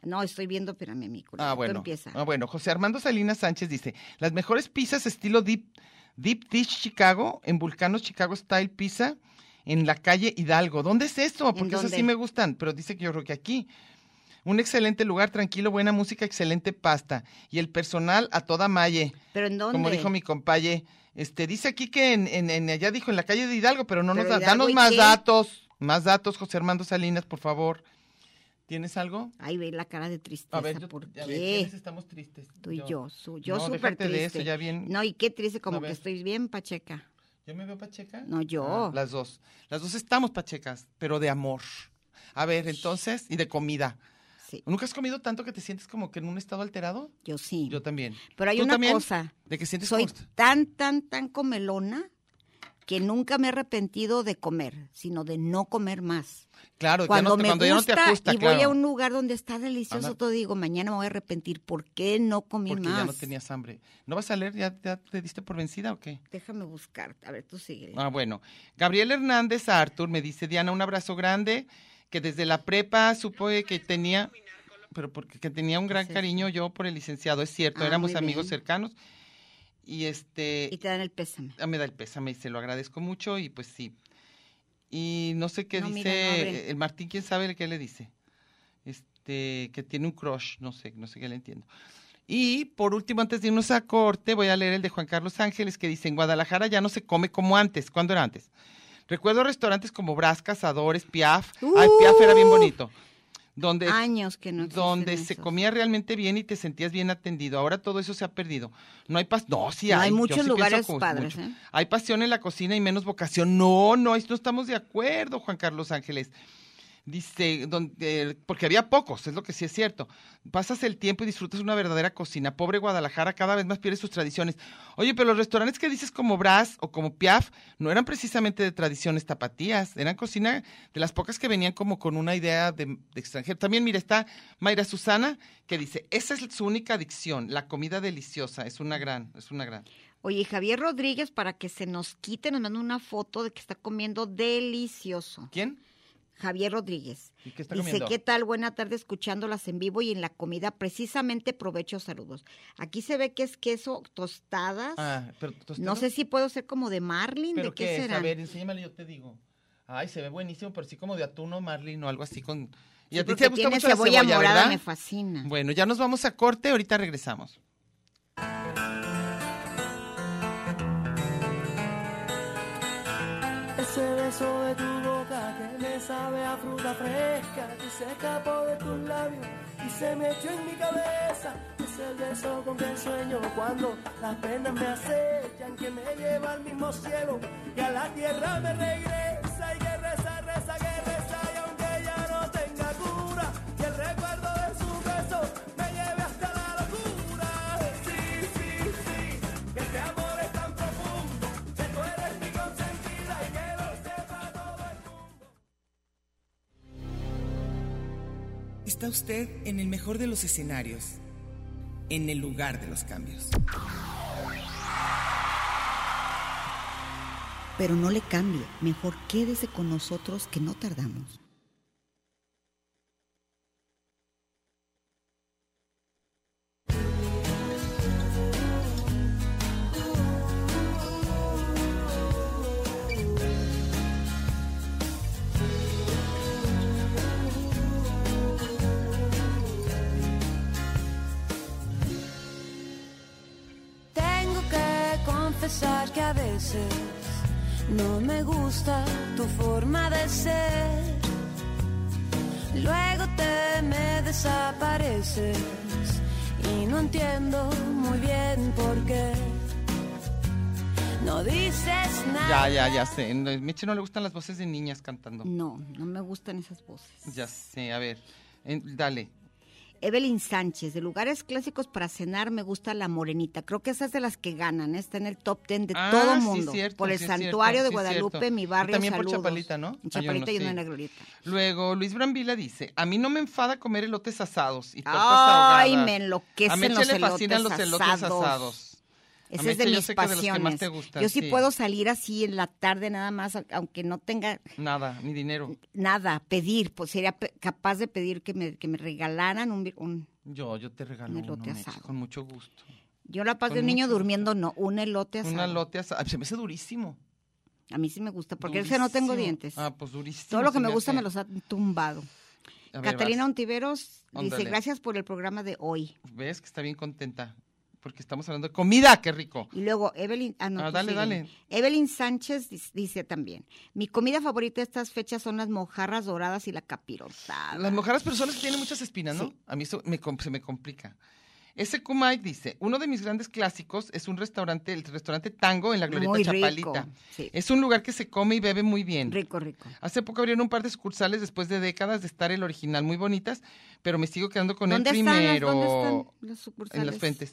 No, estoy viendo, espérame, mi colega.
Ah,
tú
bueno.
empieza.
Ah, bueno. José Armando Salinas Sánchez dice, las mejores pizzas estilo Deep, deep Dish Chicago, en Vulcanos Chicago Style Pizza, en la calle Hidalgo. ¿Dónde es esto?
¿En
Porque esas
dónde?
sí me gustan, pero dice que yo creo que aquí. Un excelente lugar, tranquilo, buena música, excelente pasta. Y el personal a toda malle.
Pero en dónde?
Como dijo mi compaye, este, dice aquí que en, en- en- allá dijo en la calle de Hidalgo, pero no
Pero
nos da,
Hidalgo,
danos
¿y
más
qué?
datos, más datos, José Armando Salinas, por favor. ¿Tienes algo?
Ay, ve la cara de tristeza.
A ver, yo,
¿Por
a ver, ¿quiénes
qué?
estamos tristes?
Tú y yo. su- yo
No,
súper
déjate
triste.
de eso, ya bien.
No, y qué triste,
A
como que
ver.
estoy bien, Pacheca.
¿Yo me veo Pacheca?
No, yo.
Ah, las dos. Las dos estamos Pachecas, pero de amor. A ver, entonces, y de comida.
Sí,
¿Nunca has comido tanto que te sientes como que en un estado alterado?
yo sí.
Yo también.
Pero hay
¿Tú
una
también?
cosa.
¿De que sientes
Soy
como-
tan, tan, tan comelona que nunca me he arrepentido de comer, sino de no comer más.
Claro, ya
cuando
no te-
me
cuando ya no
gusta
te ajusta,
y
claro.
voy a un lugar donde está delicioso,
Ajá.
todo digo, mañana me voy a arrepentir. ¿Por qué no comí
Porque
más?
ya no tenías hambre. ¿No vas a leer? ¿Ya, ya te diste por vencida o qué?
Déjame buscar. A ver, tú sigue.
Ah, bueno. Gabriel Hernández Arthur me dice, Diana, un abrazo grande, que desde la prepa supo que tenía, pero porque que tenía un gran
Sí.
cariño yo por el licenciado, es cierto,
Ah,
éramos
muy
amigos
bien.
cercanos. Y este,
Y te dan el pésame.
ah, me da el pésame y se lo agradezco mucho y pues sí. Y no sé qué
No,
dice
mira, no abre.
eh, el Martín, quién sabe qué le dice. Este, que tiene un crush, no sé, no sé qué le entiendo. Y por último, antes de irnos a corte, voy a leer el de Juan Carlos Ángeles que dice, en Guadalajara ya no se come como antes. ¿Cuándo era antes? Recuerdo restaurantes como Brás, Cazadores, Piaf. Ay, Piaf era bien
¡Uh!
bonito. Donde
Años que no existen
donde se
esos.
comía realmente bien y te sentías bien atendido. Ahora todo eso se ha perdido. No hay pas no, sí
No, hay
yo
muchos
pienso
lugares
que
padres, ¿eh?
Hay pasión en la cocina y menos vocación. No, no, es- no estamos de acuerdo, Juan Carlos Ángeles. Dice, donde, porque había pocos, es lo que sí es cierto. Pasas el tiempo y disfrutas una verdadera cocina. Pobre Guadalajara, cada vez más pierde sus tradiciones. Oye, pero los restaurantes que dices como Brás o como Piaf no eran precisamente de tradiciones tapatías, eran cocina de las pocas que venían como con una idea de, de extranjero. También, mira, está Mayra Susana que dice, esa es su única adicción, la comida deliciosa, es una gran, es una gran.
Oye, Javier Rodríguez, para que se nos quite, nos manda una foto de que está comiendo delicioso.
¿Quién?
Javier Rodríguez.
¿Y qué está
Dice,
comiendo?
¿qué tal? Buena tarde, escuchándolas en vivo y en la comida. Precisamente provecho, saludos. Aquí se ve que es queso, tostadas.
Ah, pero
No
tostado.
sé si puedo ser como de Marlin,
¿Pero
¿de qué,
es?
será?
A ver, enséñamelo, yo te digo. Ay, se ve buenísimo, pero sí como de atún o marlin o algo así con... Y a ti te gusta mucho la cebolla,
morada,
¿verdad?
me fascina.
Bueno, ya nos vamos a corte, ahorita regresamos.
Ese beso de tu boca que me sabe a fruta fresca que se escapó de tus labios y se me echó en mi cabeza. Es el beso con que sueño cuando las penas me acechan, que me lleva al mismo cielo y a la tierra me regresa. Y que reza, reza, que reza, y aunque ya no tenga cura, que el recuerdo de su beso me lleve hasta la locura. Sí, sí, sí, que este amor es tan profundo, que tú eres mi consentida y que lo sepa todo el mundo.
Está usted en el mejor de los escenarios, en el lugar de los cambios.
Pero no le cambie, mejor quédese con nosotros que no tardamos.
Tengo que confesar que a veces no me gusta tu forma de ser. Luego te me desapareces y no entiendo muy bien por qué. No no dices
Ya,
nada.
ya, ya sé. No, Meche no le gustan las voces de niñas cantando.
No, no me gustan esas voces.
Ya sé, a ver. en- dale.
Evelyn Sánchez, de lugares clásicos para cenar, me gusta la morenita. Creo que esa es de las que ganan, ¿eh? está en el top ten de
Ah,
todo
sí,
mundo.
cierto,
por el
sí, cierto,
santuario de
sí,
Guadalupe,
cierto.
mi
Y
barrio.
también por
saludos.
Chapalita, ¿no?
En
Hay
Chapalita
unos,
y una
sí.
negrita.
Luego, Luis Brambila dice, a mí no me enfada comer elotes asados y tortas
Ay,
ahogadas.
me enloquecen
A Meche
los
le fascinan
elotes
los elotes
asados.
asados. A mí
Esa es de
ese yo
mis
sé que de los que más
pasiones.
te gustan,
Yo sí,
sí.
puedo salir así en la tarde nada más, a- aunque no tenga
Nada, ni dinero.
nada, pedir, pues sería pe- capaz de pedir que me, que me regalaran un, vi- un-
Yo, yo te regalo
Un
uno,
elote
Meche,
asado.
con mucho gusto.
yo la paz de
Con
un niño
mucho gusto.
durmiendo, no, un elote asado.
Un elote asado. Ay, Se me hace durísimo.
A mí sí me gusta, porque es que no tengo
Durísimo.
dientes.
Ah, pues durísimo.
Todo lo que
se
me gusta
hace.
me los han tumbado.
A ver,
Catalina
vas.
Ontiveros dice,
Ándale.
gracias por el programa de hoy.
Ves que está bien contenta. Porque estamos hablando de comida, qué rico.
Y luego Evelyn, ah, no,
Ah,
tú
dale,
síguele.
dale.
Evelyn Sánchez dis- dice también, mi comida favorita de estas fechas son las mojarras doradas y la capirotada.
Las mojarras personas que tienen muchas espinas, ¿no? A mí eso me, com- se me complica. Ese Kumike dice, uno de mis grandes clásicos es un restaurante, el restaurante Tango en la Glorieta
Muy rico,
Chapalita.
sí.
Es un lugar que se come y bebe muy bien.
Rico, rico.
Hace poco abrieron un par de sucursales después de décadas de estar el original, muy bonitas, pero me sigo quedando con el
¿Dónde están, las,
primero.
¿Dónde están las sucursales?
en las fuentes.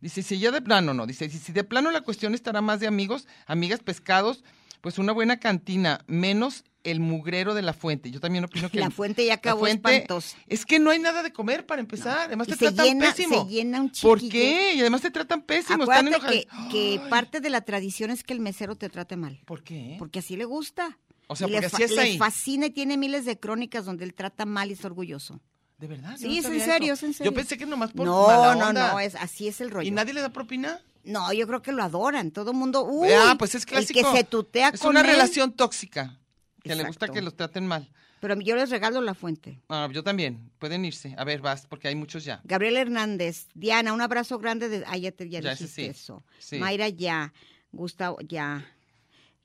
Dice, si ya de plano no, dice, si si de plano la cuestión estará más de amigos, amigas, pescados, pues una buena cantina, menos el mugrero de la fuente. Yo también opino que
La
el-
fuente ya
la
acabó
fuente-
espantosa.
Es que no hay nada de comer para empezar, además
Y
te
se
tratan
llena-
pésimo.
se llena un
¿Por
chiquillo.
qué? Y además te tratan pésimo, están
Acuérdate
enojados.
que, que parte de la tradición es que el mesero te trate mal.
¿Por qué?
Porque así le gusta.
¿Eh? O sea,
Y le
porque
fa-
así es
le
ahí.
fascina y tiene miles de crónicas donde él trata mal y es orgulloso.
¿De verdad? Yo
Sí,
no
es
sabía
en serio,
eso.
es en serio.
Yo pensé que nomás por
No,
Pues, mala
no,
onda.
no, es, así es el rollo.
¿Y nadie le da propina?
No, yo creo que lo adoran, todo mundo. Uy,
ah, pues es
el
clásico.
que se tutea
Es
con
una
él.
relación tóxica, que le gusta
Exacto.
que los traten mal.
Pero yo les regalo la fuente.
Ah, yo también. Pueden irse. A ver, vas, porque hay muchos ya.
Gabriel Hernández, Diana, un abrazo grande. De... Ah, ya te ya
Ya, ese
dijiste
sí.
eso.
Sí.
Mayra, ya. Gustavo, ya.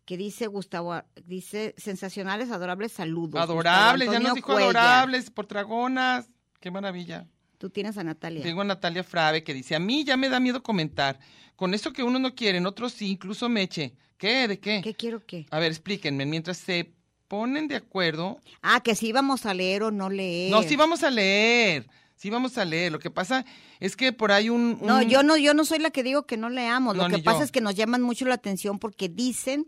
Que dice Gustavo, dice sensacionales, adorables saludos. Gustavo
Adorables, ya
Antonio
nos dijo
Cuellar.
adorables, por dragonas. Qué maravilla.
Tú tienes a Natalia.
Tengo a Natalia Frave que dice, a mí ya me da miedo comentar. Con eso que uno no quieren, otros sí, incluso Meche. ¿Qué? ¿De qué?
¿Qué quiero que?
A ver, explíquenme. Mientras se ponen de acuerdo.
Ah, que si íbamos a leer o no leer.
No, sí vamos a leer. Sí vamos a leer. Lo que pasa es que por ahí un...
No,
un-
yo no, yo no soy la que digo que no leamos.
No,
Lo que
ni
pasa
yo.
es que nos llaman mucho la atención porque dicen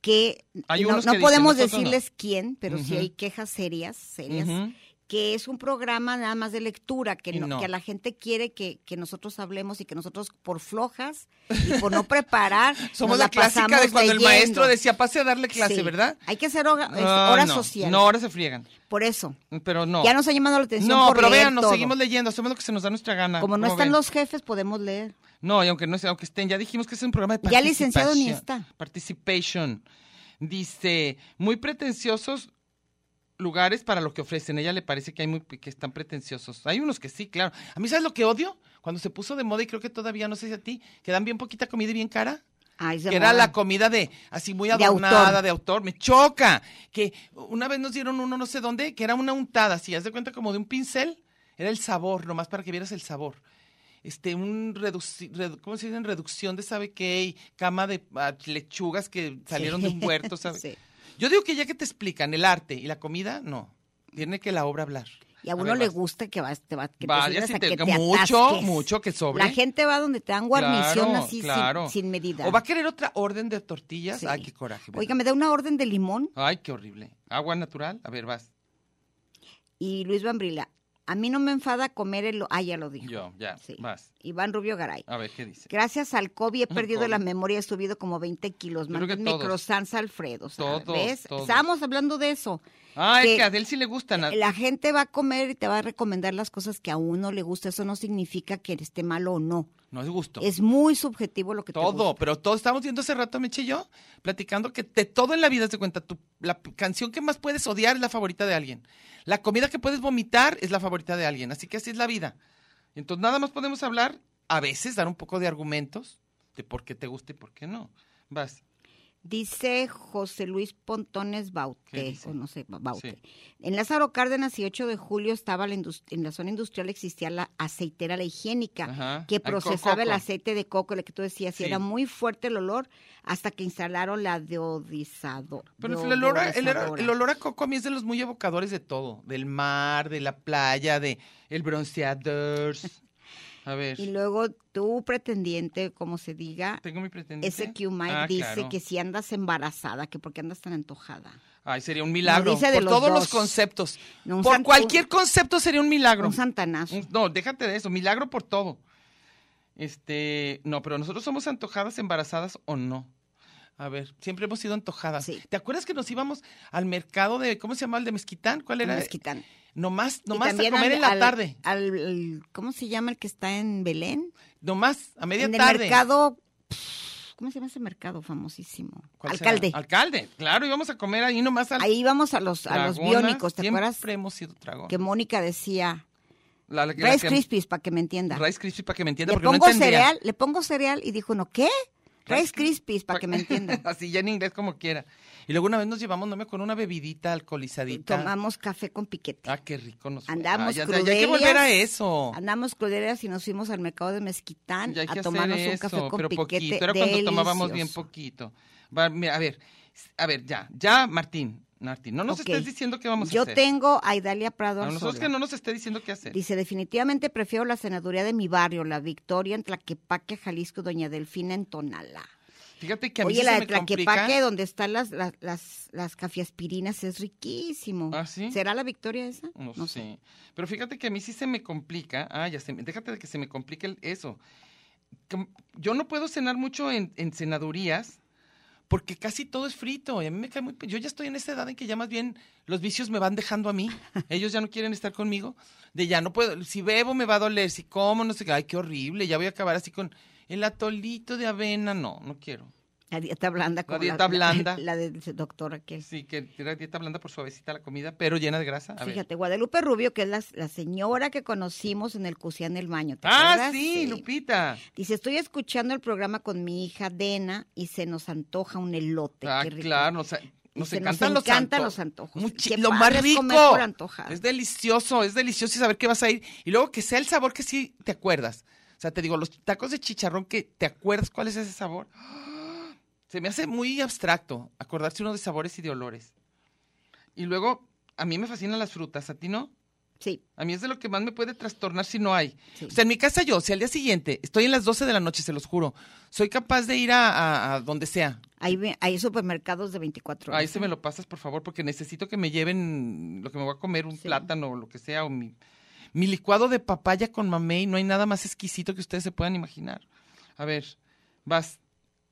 que
Hay
no,
unos
no
que dicen,
podemos
nosotros no.
decirles quién, pero sí
Ujú.
hay quejas serias, serias,
Ujú.
que es un programa nada más de lectura, que,
Y
no-
no.
que la gente quiere que, que nosotros hablemos y que nosotros por flojas y por no preparar. nos
Somos la, clásica de
pasamos
cuando el
leyendo.
maestro decía, pase a darle clase,
Sí.
¿verdad?
Hay que hacer hoga- es-
Ah,
hora
no.
social.
No, ahora se friegan.
Por eso.
Pero no.
Ya nos ha llamado la atención.
No,
por
pero
leer
vean, nos
todo.
seguimos leyendo, hacemos lo que se nos da nuestra gana.
Como no
¿Cómo
están
ven?
los jefes, podemos leer.
No, y aunque no sea- aunque estén, ya dijimos que es un programa de
Ya
participación.
licenciado ni está.
Participation. Dice, muy pretenciosos lugares para lo que ofrecen. A ella le parece que hay muy que están pretenciosos. Hay unos que sí, claro. A mí sabes lo que odio? Cuando se puso de moda y creo que todavía no sé si a ti, que dan bien poquita comida y bien cara.
Ay, se
que era
mojan.
la comida de así muy
De autor.
adornada, de autor. me choca. Que una vez nos dieron uno no sé dónde, que era una untada, si haz de cuenta como de un pincel, era el sabor, nomás para que vieras el sabor. Este, un reduci- redu- ¿cómo se dice? Reducción de sabe qué, y cama de ah, lechugas que salieron de un huerto, ¿sabe?
Sí.
Yo digo que ya que te explican el arte y la comida, no. Tiene que la obra hablar.
Y a uno
ver,
le
vas.
gusta que vas, te va, que
Vaya,
te sirvan
si
hasta
te-
que
que
te
mucho,
atasques.
mucho que sobre.
La gente va donde te dan guarnición
Claro,
así sin-
claro.
sin, medida.
¿O va a querer otra orden de tortillas?
Sí.
Ay, qué coraje. ¿verdad?
Oiga, me da una orden de limón
Ay, qué horrible. Agua natural. A ver, vas.
y Luis Bambrila. A mí no me enfada comer el... Ah, ya lo dije.
Yo, ya.
Sí.
Vas.
Iván Rubio Garay.
A ver, ¿qué dice?
Gracias al COVID he perdido
COVID.
la memoria, he subido como 20 kilos.
Yo creo que
Mándenme
todos.
croissants Alfredo. ¿sabes?
Todos,
¿Ves?
todos.
Estábamos hablando de eso.
Ay,
que-
que a él sí le gustan. a-
La gente va a comer y te va a recomendar las cosas que a uno le gusta. Eso no significa que esté malo o no.
No es gusto.
Es muy subjetivo lo que te gusta.
todo, pero todo estamos viendo hace rato, Meche y yo, platicando que de todo en la vida se cuenta. Tu, la p- canción que más puedes odiar es la favorita de alguien. La comida que puedes vomitar es la favorita de alguien. Así que así es la vida. Entonces, nada más podemos hablar, a veces, dar un poco de argumentos de por qué te gusta y por qué no. Vas.
Dice José Luis Pontones
¿Qué
Baute,
dice?
o no sé, Ba- Baute.
Sí.
En Lázaro Cárdenas y 8 de julio estaba la indus- en la zona industrial existía la aceitera la higiénica
Ajá,
que
el co-
procesaba el
coco.
aceite de coco, el que tú decías, y
Sí.
era muy fuerte el olor hasta que instalaron la deodizado.
Pero el olor, a, el,
deodorizadora.
era- el olor a coco a mí es de los muy evocadores de todo. Del mar, de la playa, de el bronceador. A ver,
Y luego tu pretendiente, como se diga,
tengo mi pretendiente.
ese Q Mike
Ah,
dice
claro.
que si andas embarazada, que porque andas tan antojada.
Ay, sería un milagro.
dice de
por
los
todos
dos.
los conceptos.
No, un
por
san-
cualquier concepto sería un milagro.
Un santanazo.
Un- No, déjate de eso, milagro por todo. Este, no, pero nosotros somos antojadas, embarazadas o no. A ver, siempre hemos sido antojadas.
Sí.
¿Te acuerdas que nos íbamos al mercado de, ¿cómo se llamaba el de Mezquitán? ¿Cuál era? Eh,
un mezquitán.
Nomás,
Y
nomás a
también
comer
al-
en la
al-
tarde.
Al, al- ¿Cómo se llama el que está en Belén?
Nomás, a media
en el
tarde.
mercado. ¿Cómo se llama ese mercado famosísimo?
¿Cuál será?
Alcalde.
Alcalde, claro, íbamos a comer ahí nomás al
Ahí íbamos a los, a los
dragonas.
biónicos, ¿te
Siempre
acuerdas?
hemos sido dragón.
Que Mónica decía,
La- la- la
Rice
que-
Krispies, para que me entienda.
Rice Krispies, para que me entienda,
le
porque no
pongo
entendía.
cereal, le pongo cereal y dijo, ¿no qué? Rice
Rice
Krispies, para que me entienda.
Así ya en inglés como quiera. Y luego una vez nos llevamos, no me acuerdo, una bebidita alcoholizadita.
Tomamos café con piquete.
Ah, qué rico nos fue.
Andamos
Ay, ya- ya hay que volver a
crudelias.
eso.
Andamos cruderas y nos fuimos al mercado de Mezquitán
Ya hay que
a
hacer
tomarnos un café
eso,
con
pero
piquete.
poquito. Era cuando tomábamos bien
delicioso.
poquito. Va, mira, a ver, a ver, ya, ya, Martín, Martín, no nos
Ok.
estés diciendo qué vamos
Yo
a hacer.
tengo a Idalia Prado
A nosotros
Arzola.
que no nos esté diciendo qué hacer.
Dice, definitivamente prefiero la senaduría de mi barrio, la Victoria en Tlaquepaque, Jalisco, Doña Delfina en Tonalá.
Fíjate que a mí
Oye,
sí
la
se
de
me complica.
Tlaquepaque, donde están las, las, las, las cafiaspirinas, es riquísimo.
¿Ah, sí?
¿Será la Victoria esa?
No, sé. Pero fíjate que a mí sí se me complica. Ah, ya se me- Déjate de que se me complique el- eso. Com- Yo no puedo cenar mucho en, en cenadurías porque casi todo es frito. Y a mí me cae muy. pe- Yo ya estoy en esa edad en que ya más bien los vicios me van dejando a mí. Ellos ya no quieren estar conmigo. De ya no puedo. Si bebo me va a doler. Si como, no sé qué. Ay, qué horrible. Ya voy a acabar así con el atolito de avena. No, no quiero.
La dieta blanda. como
dieta blanda.
La, del doctor Raquel.
Sí, que tiene dieta blanda por suavecita la comida, pero llena de grasa. A ver.
Fíjate, Guadalupe Rubio, que es la, la señora que conocimos en el Cusián del Baño. ¿te
Ah,
acuerdas?
sí, Lupita.
Dice, estoy escuchando el programa con mi hija Dena y se nos antoja un elote.
Ah,
qué rico.
claro, nos, nos
se Este, nos
encantan, los,
encantan
anto-
los antojos.
Muy
Qué
chi- lo
padre
más
es
rico.
comer por antojar.
Es delicioso, es delicioso y saber que vas a ir. Y luego que sea el sabor que sí te acuerdas. O sea, te digo, los tacos de chicharrón que te acuerdas cuál es ese sabor. ¡Ah! Se me hace muy abstracto acordarse uno de sabores y de olores. Y luego, a mí me fascinan las frutas, ¿a ti no?
Sí,
A mí es de lo que más me puede trastornar si no hay.
Sí.
O sea, en mi casa yo, si al día siguiente estoy en las 12 de la noche, se los juro, soy capaz de ir a- a- a donde sea.
hay, ve- hay supermercados de 24 horas.
Ahí se me lo pasas, por favor, porque necesito que me lleven lo que me voy a comer, un
Sí.
plátano o lo que sea, o mi, mi licuado de papaya con mamey. No hay nada más exquisito que ustedes se puedan imaginar. A ver, vas.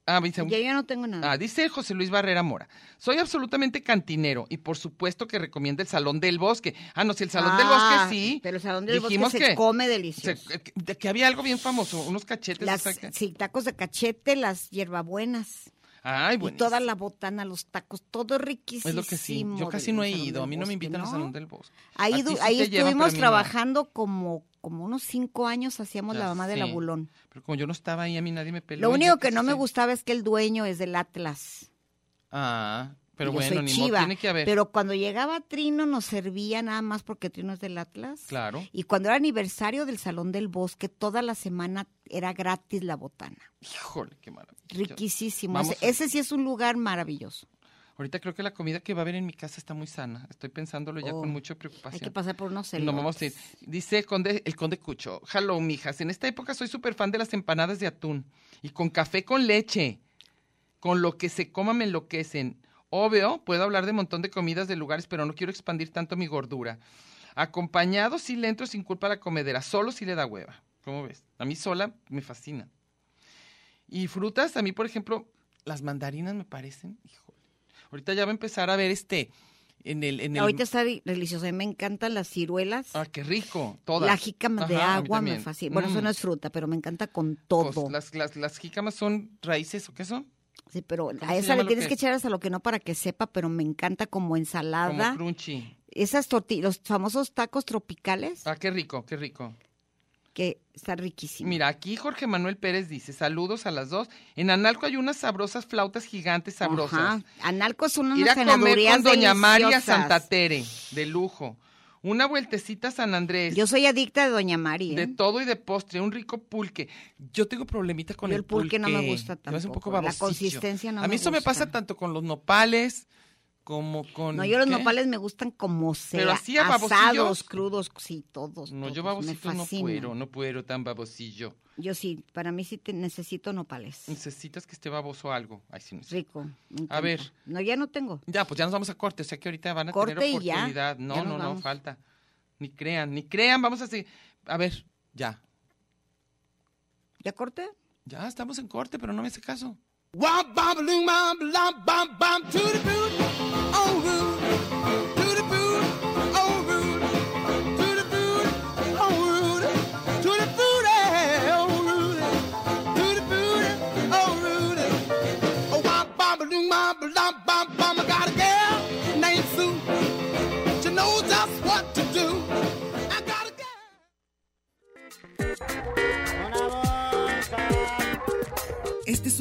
Ah, me dice,
Ya yo no tengo nada.
Ah, dice José Luis Barrera Mora. Soy absolutamente cantinero y por supuesto que recomienda el Salón del Bosque. Ah, no, si el Salón del
Ah,
Bosque sí.
Pero el salón del
Dijimos
bosque se
que-
come
se- eh, este
delicioso.
que, que había algo bien famoso, unos cachetes.
Las,
o sea, que-
sí, tacos de cachete, las hierbabuenas.
Ay,
Y
bueno.
toda la botana, los tacos, todo riquísimo.
Es lo que sí. Yo casi
del
no he
Salón
ido.
del
A mí no me
Bosque,
invitan al
¿no?
Salón del Bosque.
Ahí,
A ti
du-
sí
ahí
te llevan,
estuvimos
pero a mí no.
trabajando como, como unos cinco años, hacíamos
Ya
la mamá del
sé.
abulón.
Ah, Pero como yo no estaba ahí, a mí nadie me peleó.
Lo
y
único
yo
que
quise
no me
ser-
gustaba es que el dueño es del Atlas.
Ah, pero
y yo
bueno,
soy
ni modo,
chiva.
tiene que haber.
Pero cuando llegaba Trino nos servía nada más porque Trino es del Atlas.
Claro.
Y cuando era aniversario del Salón del Bosque, toda la semana era gratis la botana.
Híjole, qué maravilla.
Riquísimo.
Vamos
Ese,
a-
ese sí es un lugar maravilloso.
Ahorita creo que la comida que va a haber en mi casa está muy sana. Estoy pensándolo ya
Oh,
con mucha
Hay
preocupación.
que pasar por unos
No vamos a ir.
elotes.
Dice conde, el conde Cucho. Hello, mijas. En esta época soy súper fan de las empanadas de atún. Y con café con leche. Con lo que se coma me enloquecen. Obvio, puedo hablar de un montón de comidas de lugares, pero no quiero expandir tanto mi gordura. Acompañado sí le entro sin culpa a la comedera. Solo sí le da hueva. ¿Cómo ves? A mí sola me fascina. Y frutas, a mí, por ejemplo, las mandarinas me parecen. Híjole. Ahorita ya va a empezar a ver este. En el, en el
Ahorita está di- delicioso. A mí me encantan las ciruelas.
Ah, qué rico. Todas.
La jícama de
Ajá, a mí
agua me
también.
fascina. Bueno, eso
Mm.
no es fruta, pero me encanta con
Pues,
todo.
las, las, las jícamas son raíces o qué son?
Sí, pero a
se
esa
llama
le
lo
tienes
que
que
es?
echar hasta lo que no para que sepa, pero me encanta como
Como
ensalada.
crunchy.
Esas tortillas, los famosos tacos tropicales.
Ah, qué rico, qué rico.
que está riquísimo.
Mira, aquí Jorge Manuel Pérez dice, saludos a las dos. En Analco hay unas sabrosas flautas gigantes sabrosas.
Ajá. Analco son unas
Ir a comer con
ganaderías
Doña María
deliciosas.
Santa Tere, de lujo. Una vueltecita a San Andrés.
Yo soy ¿eh? adicta de Doña María.
de todo y de postre, un rico pulque. Yo tengo problemitas con
Yo
el,
el pulque no me gusta
Se me hace un poco
tampoco, la
babosillo.
consistencia no
A mí
me
eso me
gusta.
pasa tanto con los nopales como con
No, yo los
¿qué?
nopales me gustan como sea.
Pero así a
asados,
babosillos.
crudos, sí, todos.
No, yo
todos, me
babosito no
fascinan.
puedo, no puedo tan babosillo.
Yo sí, para mí sí te- necesito nopales.
Necesitas que esté baboso algo. Ay, sí, no sé.
Rico. me encanta.
ver.
No, ya no tengo.
Ya, pues ya nos vamos a corte, o sea que ahorita van a
Corte
tener
y ya,
oportunidad. No,
ya nos
no, no,
vamos.
falta. Ni crean, ni crean, vamos a seguir. A ver, ya.
¿Ya corté?
Ya estamos en corte, pero no me hace caso. oh, oh, eh, oh,
Este es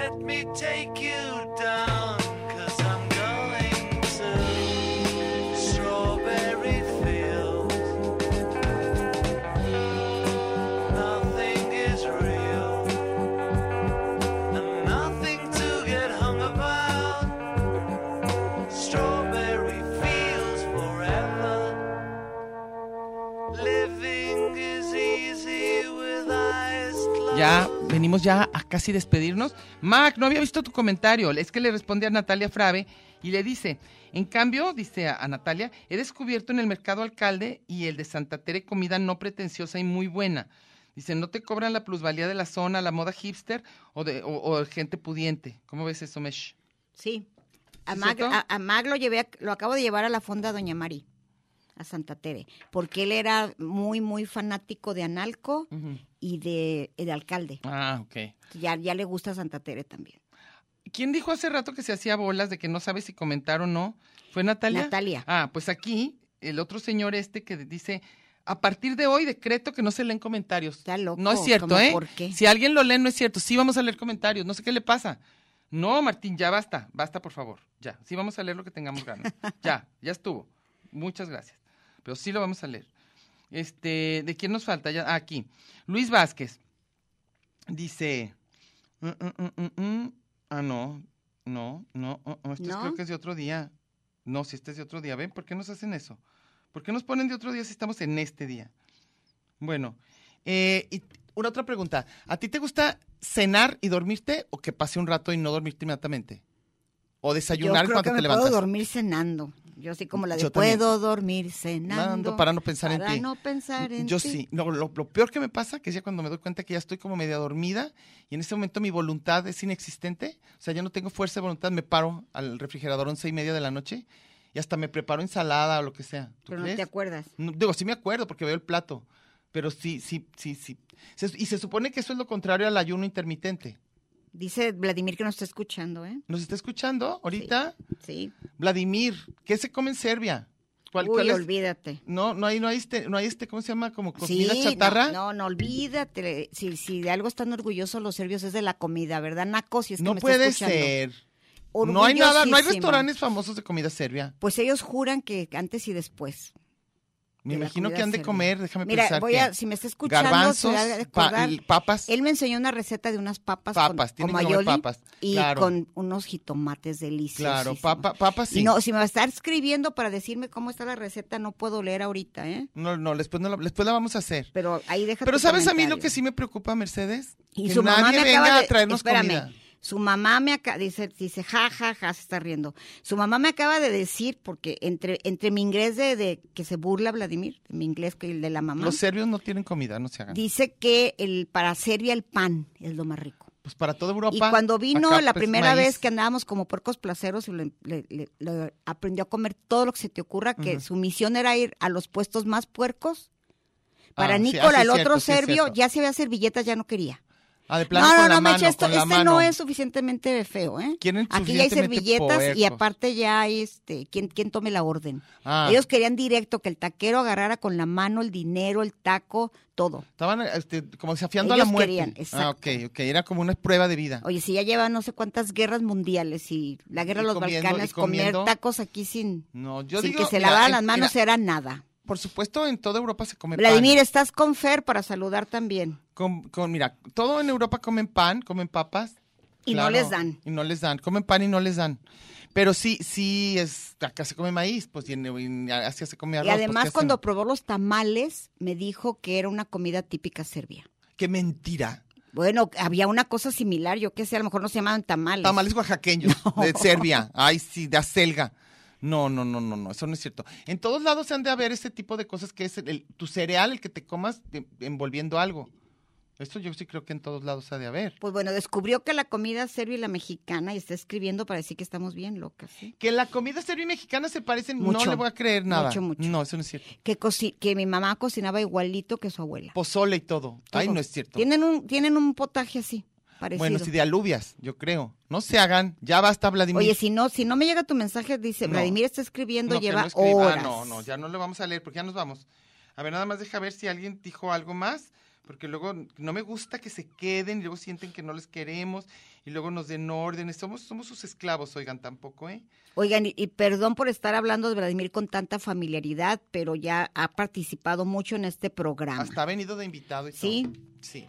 Let me take you down, cause I'm going to strawberry fields. Nothing is real, and nothing to get hung about. Strawberry fields forever. Living is easy with eyes closed.
Ya venimos ya a casi despedirnos. Mac, no había visto tu comentario. Es que le responde a Natalia Frave y le dice, en cambio, dice a, a Natalia, he descubierto en el mercado alcalde y el de Santa Tere comida no pretenciosa y muy buena. Dice, no te cobran la plusvalía de la zona, la moda hipster o de o, o gente pudiente. ¿Cómo ves eso, Mesh?
Sí. A
¿Sí
Mag,
cierto?
a- a Mag lo, llevé a- lo acabo de llevar a la fonda Doña Mari, a Santa Tere, porque él era muy, muy fanático de Analco y de, y de Alcalde.
Ah, ok.
Ya, ya le gusta Santa Tere también.
¿Quién dijo hace rato que se hacía bolas de que no sabe si comentar o no? ¿Fue Natalia?
Natalia.
Ah, pues aquí, el otro señor este que dice, a partir de hoy decreto que no se leen comentarios.
Está loco,
No es cierto,
¿cómo
¿eh?
por qué?
Si alguien lo lee, no es cierto. Sí vamos a leer comentarios, no sé qué le pasa. No, Martín, ya basta, basta, por favor. Ya, sí vamos a leer lo que tengamos ganas. ya, ya estuvo. Muchas gracias. Pero sí lo vamos a leer. Este, ¿de quién nos falta? Ya, ah, aquí. Luis Vázquez dice. mm, mm, mm, mm, mm. Ah, no, no, no. oh, oh, este es-
¿No?
creo que es de otro día. No, si este es de otro día. ¿Ven? ¿Por qué nos hacen eso? ¿Por qué nos ponen de otro día si estamos en este día? Bueno, eh, y una otra pregunta. ¿A ti te gusta cenar y dormirte o que pase un rato y no dormirte inmediatamente? ¿O desayunar
Yo creo
cuando
que
te
me
levantas?
puedo dormir cenando. Yo así como la de
Yo también.
puedo dormir cenando.
Nando, para no pensar en
para
ti.
no pensar en
Yo
ti.
sí. No, lo, lo peor que me pasa, que es ya cuando me doy cuenta que ya estoy como media dormida y en ese momento mi voluntad es inexistente, o sea, ya no tengo fuerza de voluntad, me paro al refrigerador once y media de la noche y hasta me preparo ensalada o lo que sea. ¿Tú
Pero no
crees?
te acuerdas.
No, digo, sí me acuerdo porque veo el plato, pero sí, sí, sí, sí. Se- y se supone que eso es lo contrario al ayuno intermitente.
Dice Vladimir que nos está escuchando, ¿eh?
¿Nos está escuchando ahorita?
Sí.
Vladimir, ¿qué se come en Serbia? ¿Cuál,
Uy,
cuál es?
olvídate.
No, no hay, no hay este, no hay este, ¿cómo se llama? Como
Sí,
comida chatarra.
No, no, no, olvídate. Si, si de algo están orgullosos los serbios es de la comida, ¿verdad, Naco? Si es que
No
me está
puede
escuchando.
ser. No hay nada, no hay
Orgullosísimo.
restaurantes famosos de comida serbia.
Pues ellos juran que antes y después.
Me
de la
imagino
comida
que han de
cerda.
comer, déjame
Mira,
pensar.
voy
que
a, si me está escuchando,
garbanzos,
se va a
pa-
acordar.
y papas.
Él me enseñó una receta de unas papas,
Papas,
con,
tiene
con
que comer
mayoli
papas,
y
claro.
con unos jitomates deliciosos.
Claro, papa- papas sí.
No, si me va a estar escribiendo para decirme cómo está la receta, no puedo leer ahorita, ¿eh?
No, no, después, no la, después la vamos a hacer.
Pero ahí deja
Pero
tu
¿sabes a mí lo
comentario.
que sí me preocupa, Mercedes?
Y
que
su mamá
nadie
me
venga
acaba de,
a traernos
espérame,
comida.
Su mamá me acaba, dice, dice, ja, ja, ja, se está riendo. Su mamá me acaba de decir, porque entre, entre mi inglés de, de que se burla Vladimir, mi inglés que el de la mamá,
Los serbios no tienen comida, no se hagan.
dice que el, para Serbia el pan es lo más rico.
Pues para toda Europa.
Y cuando vino
acá,
la
pues,
primera
maíz.
vez que andábamos como porcos placeros, le, le- le- le aprendió a comer todo lo que se te ocurra, que su misión era ir a los puestos más puercos. Para
Ah, sí, ah,
Nicola,
sí,
el otro
cierto, sí,
serbio,
cierto.
ya se había servilletas, ya no quería.
Ah, de plano
No,
con
no,
la
no,
mano,
Meche, esto,
con la
este
mano.
no es suficientemente feo, ¿eh?
¿Quién es
Aquí ya hay
suficientemente
servilletas y
puerco?
aparte ya hay, este, ¿quién, quién tome la orden?
Ah.
Ellos querían directo que el taquero agarrara con la mano el dinero, el taco, todo.
Estaban este, como desafiando a la
Ellos
muerte.
querían,
ah, ok,
exacto.
ok. Era como una prueba de vida.
Oye, si ya lleva no sé cuántas guerras mundiales y la guerra
Y
de los
comiendo,
Balcanes,
y comiendo.
comer tacos aquí sin,
No, yo
sin
digo.
que se
mira,
lavaran
en-
las manos
mira,
era nada.
Por supuesto, en toda Europa se come
Vladimir,
pan.
estás con Fer para saludar también.
Con, con- mira, todo en Europa comen pan, comen papas.
Y no les dan.
Y no les dan. Comen pan y no les dan. Pero sí, sí, es, acá se come maíz, pues, y en, en Asia se come arroz.
Y
pues,
además
¿qué
cuando
hacen?
probó los tamales, me dijo que era una comida típica serbia.
¡Qué mentira!
Bueno, había una cosa similar, yo qué sé, a lo mejor no se llamaban tamales.
Tamales oaxaqueños de Serbia. Ay, sí, de acelga. No, no, no, no, no, eso no es cierto. En todos lados han de haber este tipo de cosas que es el- el- tu cereal, el que te comas de- envolviendo algo. Esto yo sí creo que en todos lados ha de haber.
Pues bueno, descubrió que la comida serbia y la mexicana, y está escribiendo para decir que estamos bien locas. ¿sí?
Que la comida serbia y mexicana se parecen,
Mucho.
no le voy a creer nada.
Mucho, mucho.
No, eso no es cierto.
Que, coci- que mi mamá cocinaba igualito que su abuela.
Pozole y todo. Ay,
Todo.
no es cierto.
Tienen un, tienen un potaje así, parecido.
Bueno, sí, de alubias, yo creo. No se hagan, ya basta, Vladimir.
Oye, si no, si no me llega tu mensaje, dice,
No.
Vladimir está escribiendo,
No, que
lleva
no escriba.
horas.
Ah, no, no, ya no le vamos a leer porque ya nos vamos. A ver, nada más deja ver si alguien dijo algo más, porque luego no me gusta que se queden y luego sienten que no les queremos y luego nos den órdenes. Somos, somos sus esclavos, oigan, tampoco, ¿eh?
Oigan, y, y perdón por estar hablando de Vladimir con tanta familiaridad, pero ya ha participado mucho en este programa.
Hasta ha venido de invitado y
Sí.
todo. Sí.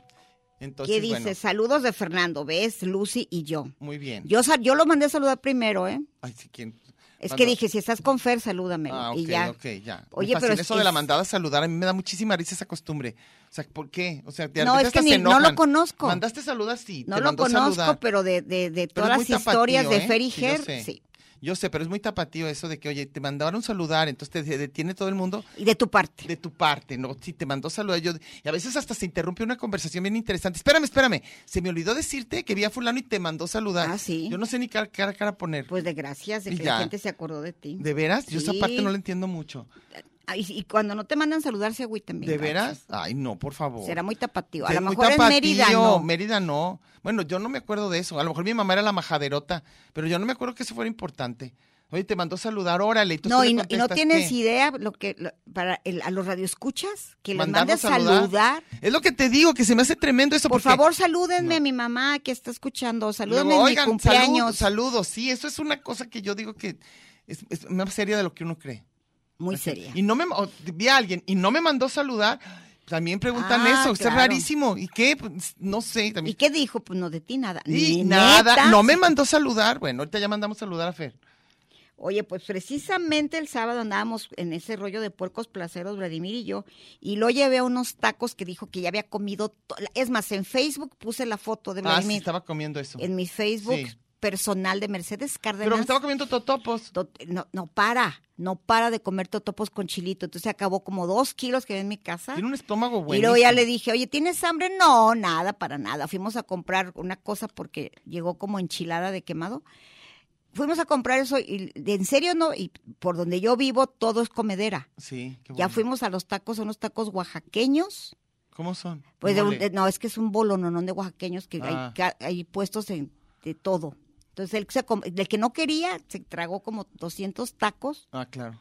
Entonces,
¿Qué dice?
bueno,
Saludos de Fernando, ¿ves? Lucy y yo.
muy bien.
Yo, sa- yo lo mandé a saludar primero, ¿eh?
Ay, sí, ¿quién?
Es
Mandó-
que dije, si estás con Fer, salúdamelo.
Ah, ok,
y ya.
ok, ya. Muy
Oye,
fácil.
pero es-
Eso de la
es-
mandada a saludar, a mí me da muchísima risa esa costumbre. O sea, ¿por qué? O sea, de
No,
repente
es que
hasta
ni-
se
no lo
enojan.
conozco.
Mandaste saludas, sí.
No
te
lo
mandó
conozco,
saludar.
pero de, de, de
Pero es
todas las
muy tapatío,
historias de
¿eh?
Fer y
Sí, yo
Ger,
sé.
sí.
Yo sé, pero es muy tapatío eso de que, oye, te mandaron saludar, entonces te detiene todo el mundo
Y de tu parte.
de tu parte, ¿no? Si te mandó saludar, yo... Y a veces hasta se interrumpe una conversación bien interesante. Espérame, espérame, se me olvidó decirte que vi a fulano y te mandó saludar.
Ah, sí.
Yo no sé ni cara, cara, cara poner.
Pues de gracias, de
Y
que
ya.
la gente se acordó de ti.
¿De veras? Yo esa
Sí.
parte no la entiendo mucho.
Ah, Y, y cuando no te mandan saludar, se agüitan bien.
¿De
gachos.
veras? Ay, no, por favor.
Será muy tapatío. A
Sí,
lo
muy
mejor en Mérida,
tapatío.
no.
Mérida no. Bueno, yo no me acuerdo de eso. A lo mejor mi mamá era la majaderota, pero yo no me acuerdo que eso fuera importante. Oye, te mandó saludar, órale. y tú
No,
le
y no, y no
contestas,
tienes
¿qué?
idea lo que lo- para el- a los radioescuchas que les
Mandarlo
mandes saludar.
Es lo que te digo, que se me hace tremendo eso.
Por
porque
favor, salúdenme a mi mamá que está escuchando. Salúdenme
luego,
en
oigan,
mi
Saludos,
cumpleaños.
saludos, sí, eso es una cosa que yo digo que es, es más seria de lo que uno cree.
Muy
Así,
seria.
Y no me, o vi a alguien y no me mandó saludar, también preguntan
Ah,
eso, está
claro.
rarísimo. ¿Y qué? Pues, no sé.
¿Y
También.
qué dijo? Pues no, de ti nada.
Y
Ni
nada,
neta.
no me mandó saludar. Bueno, ahorita ya mandamos saludar a Fer.
Oye, pues precisamente el sábado andábamos en ese rollo de puercos placeros, Vladimir y yo, y lo llevé a unos tacos que dijo que ya había comido. to- Es más, en Facebook puse la foto de
Ah, sí,
Vladimir.
estaba comiendo eso.
en mi Facebook
Sí.
personal de Mercedes Cárdenas.
Pero me estaba comiendo totopos.
to- No, no para, no para de comer totopos con chilito. Entonces acabó como dos kilos que había en mi casa.
Tiene un estómago bueno.
Y luego ya le dije, oye, ¿tienes hambre? No, nada, para nada. Fuimos a comprar una cosa porque llegó como enchilada de quemado. Fuimos a comprar eso y de- en serio no, y por donde yo vivo todo es comedera.
Sí, qué
Ya
bueno.
fuimos a los tacos, unos tacos oaxaqueños.
¿Cómo son?
Pues de un-
Mole.
de- no, es que es un bolononón de oaxaqueños que
Ah.
hay, ca- hay puestos en, de todo. Entonces, el que, se com- el que no quería se tragó como 200 tacos.
Ah, claro.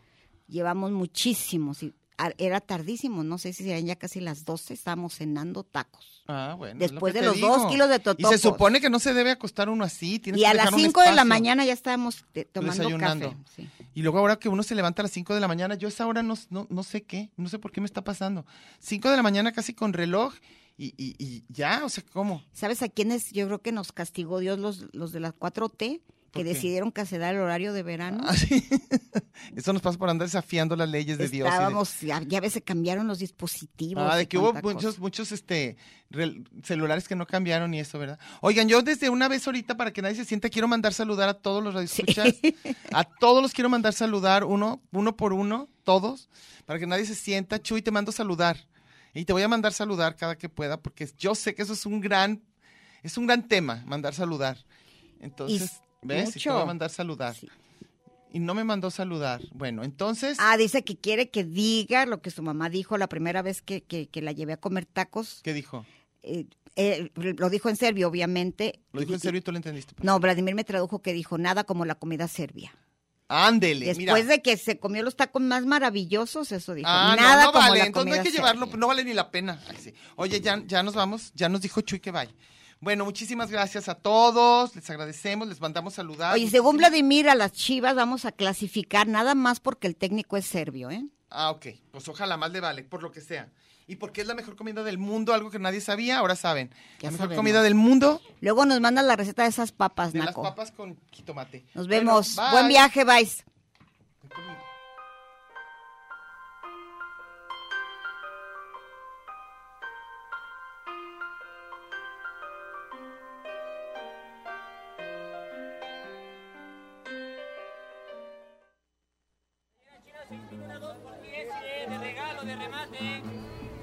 Llevamos muchísimos. Y a- era tardísimo, no sé si eran ya casi las 12. Estábamos cenando tacos.
Ah, bueno. es lo
Después
que
de
te
los
digo.
dos kilos de
Y se
totopos.
supone que no se debe acostar uno así. tienes
Y
que
a las
dejar un
5 de la
espacio.
mañana ya estábamos eh, tomando
Desayunando.
café. sí.
Y luego ahora que uno se levanta a las 5 de la mañana, yo a esa hora no, no, no sé qué, no sé por qué me está pasando. 5 de la mañana casi con reloj y, y- y ya, o sea, ¿cómo?
¿Sabes a quiénes yo creo que nos castigó Dios los, los de las 4T?
¿Por qué?
Que decidieron cancelar el horario de verano.
Así. Ah, Eso nos pasa por andar desafiando las leyes de Dios. y de-
Estábamos, ya, ya ves, se cambiaron los dispositivos.
Ah, de
y
que hubo
cuánta cosa.
muchos, muchos este, rel- celulares que no cambiaron y eso, ¿verdad? Oigan, yo desde una vez ahorita, para que nadie se sienta, quiero mandar saludar a todos los radioescuchas. A todos los quiero mandar saludar, uno, uno por uno, todos, para que nadie se sienta. Chuy, te mando saludar. Y te voy a mandar saludar cada que pueda, porque yo sé que eso es un gran, es un gran tema, mandar saludar. Entonces, ¿ves? Y te voy a
mucho.
mandar saludar.
Sí.
Y no me mandó saludar. Bueno, entonces...
Ah, dice que quiere que diga lo que su mamá dijo la primera vez que, que- que la llevé a comer tacos.
¿Qué dijo?
Eh, eh, lo dijo en serbio, obviamente.
¿Lo dijo
Y-
en serio y tú lo entendiste?
No, Vladimir me tradujo que dijo nada como la comida serbia.
Ándele, mira.
Después de que se comió los tacos más maravillosos, eso dijo.
Ah, no,
nada
no,
como
vale,
la
entonces no hay
comida
que llevarlo, pues,
serbia".
no vale ni la pena. Ay, sí. Oye, ya, ya nos vamos, ya nos dijo Chuy que vaya. Bueno, muchísimas gracias a todos, les agradecemos, les mandamos saludar.
Oye, según Vladimir, a las chivas vamos a clasificar nada más porque el técnico es serbio, ¿eh?
Ah, ok, pues ojalá más le vale, por lo que sea. Y porque es la mejor comida del mundo, algo que nadie sabía, ahora saben.
Ya
la mejor
sabemos.
comida del mundo,
Luego nos mandas la receta de esas papas,
de las
Naco.
papas con jitomate.
Nos
Bueno,
vemos.
bye.
Buen viaje, bye.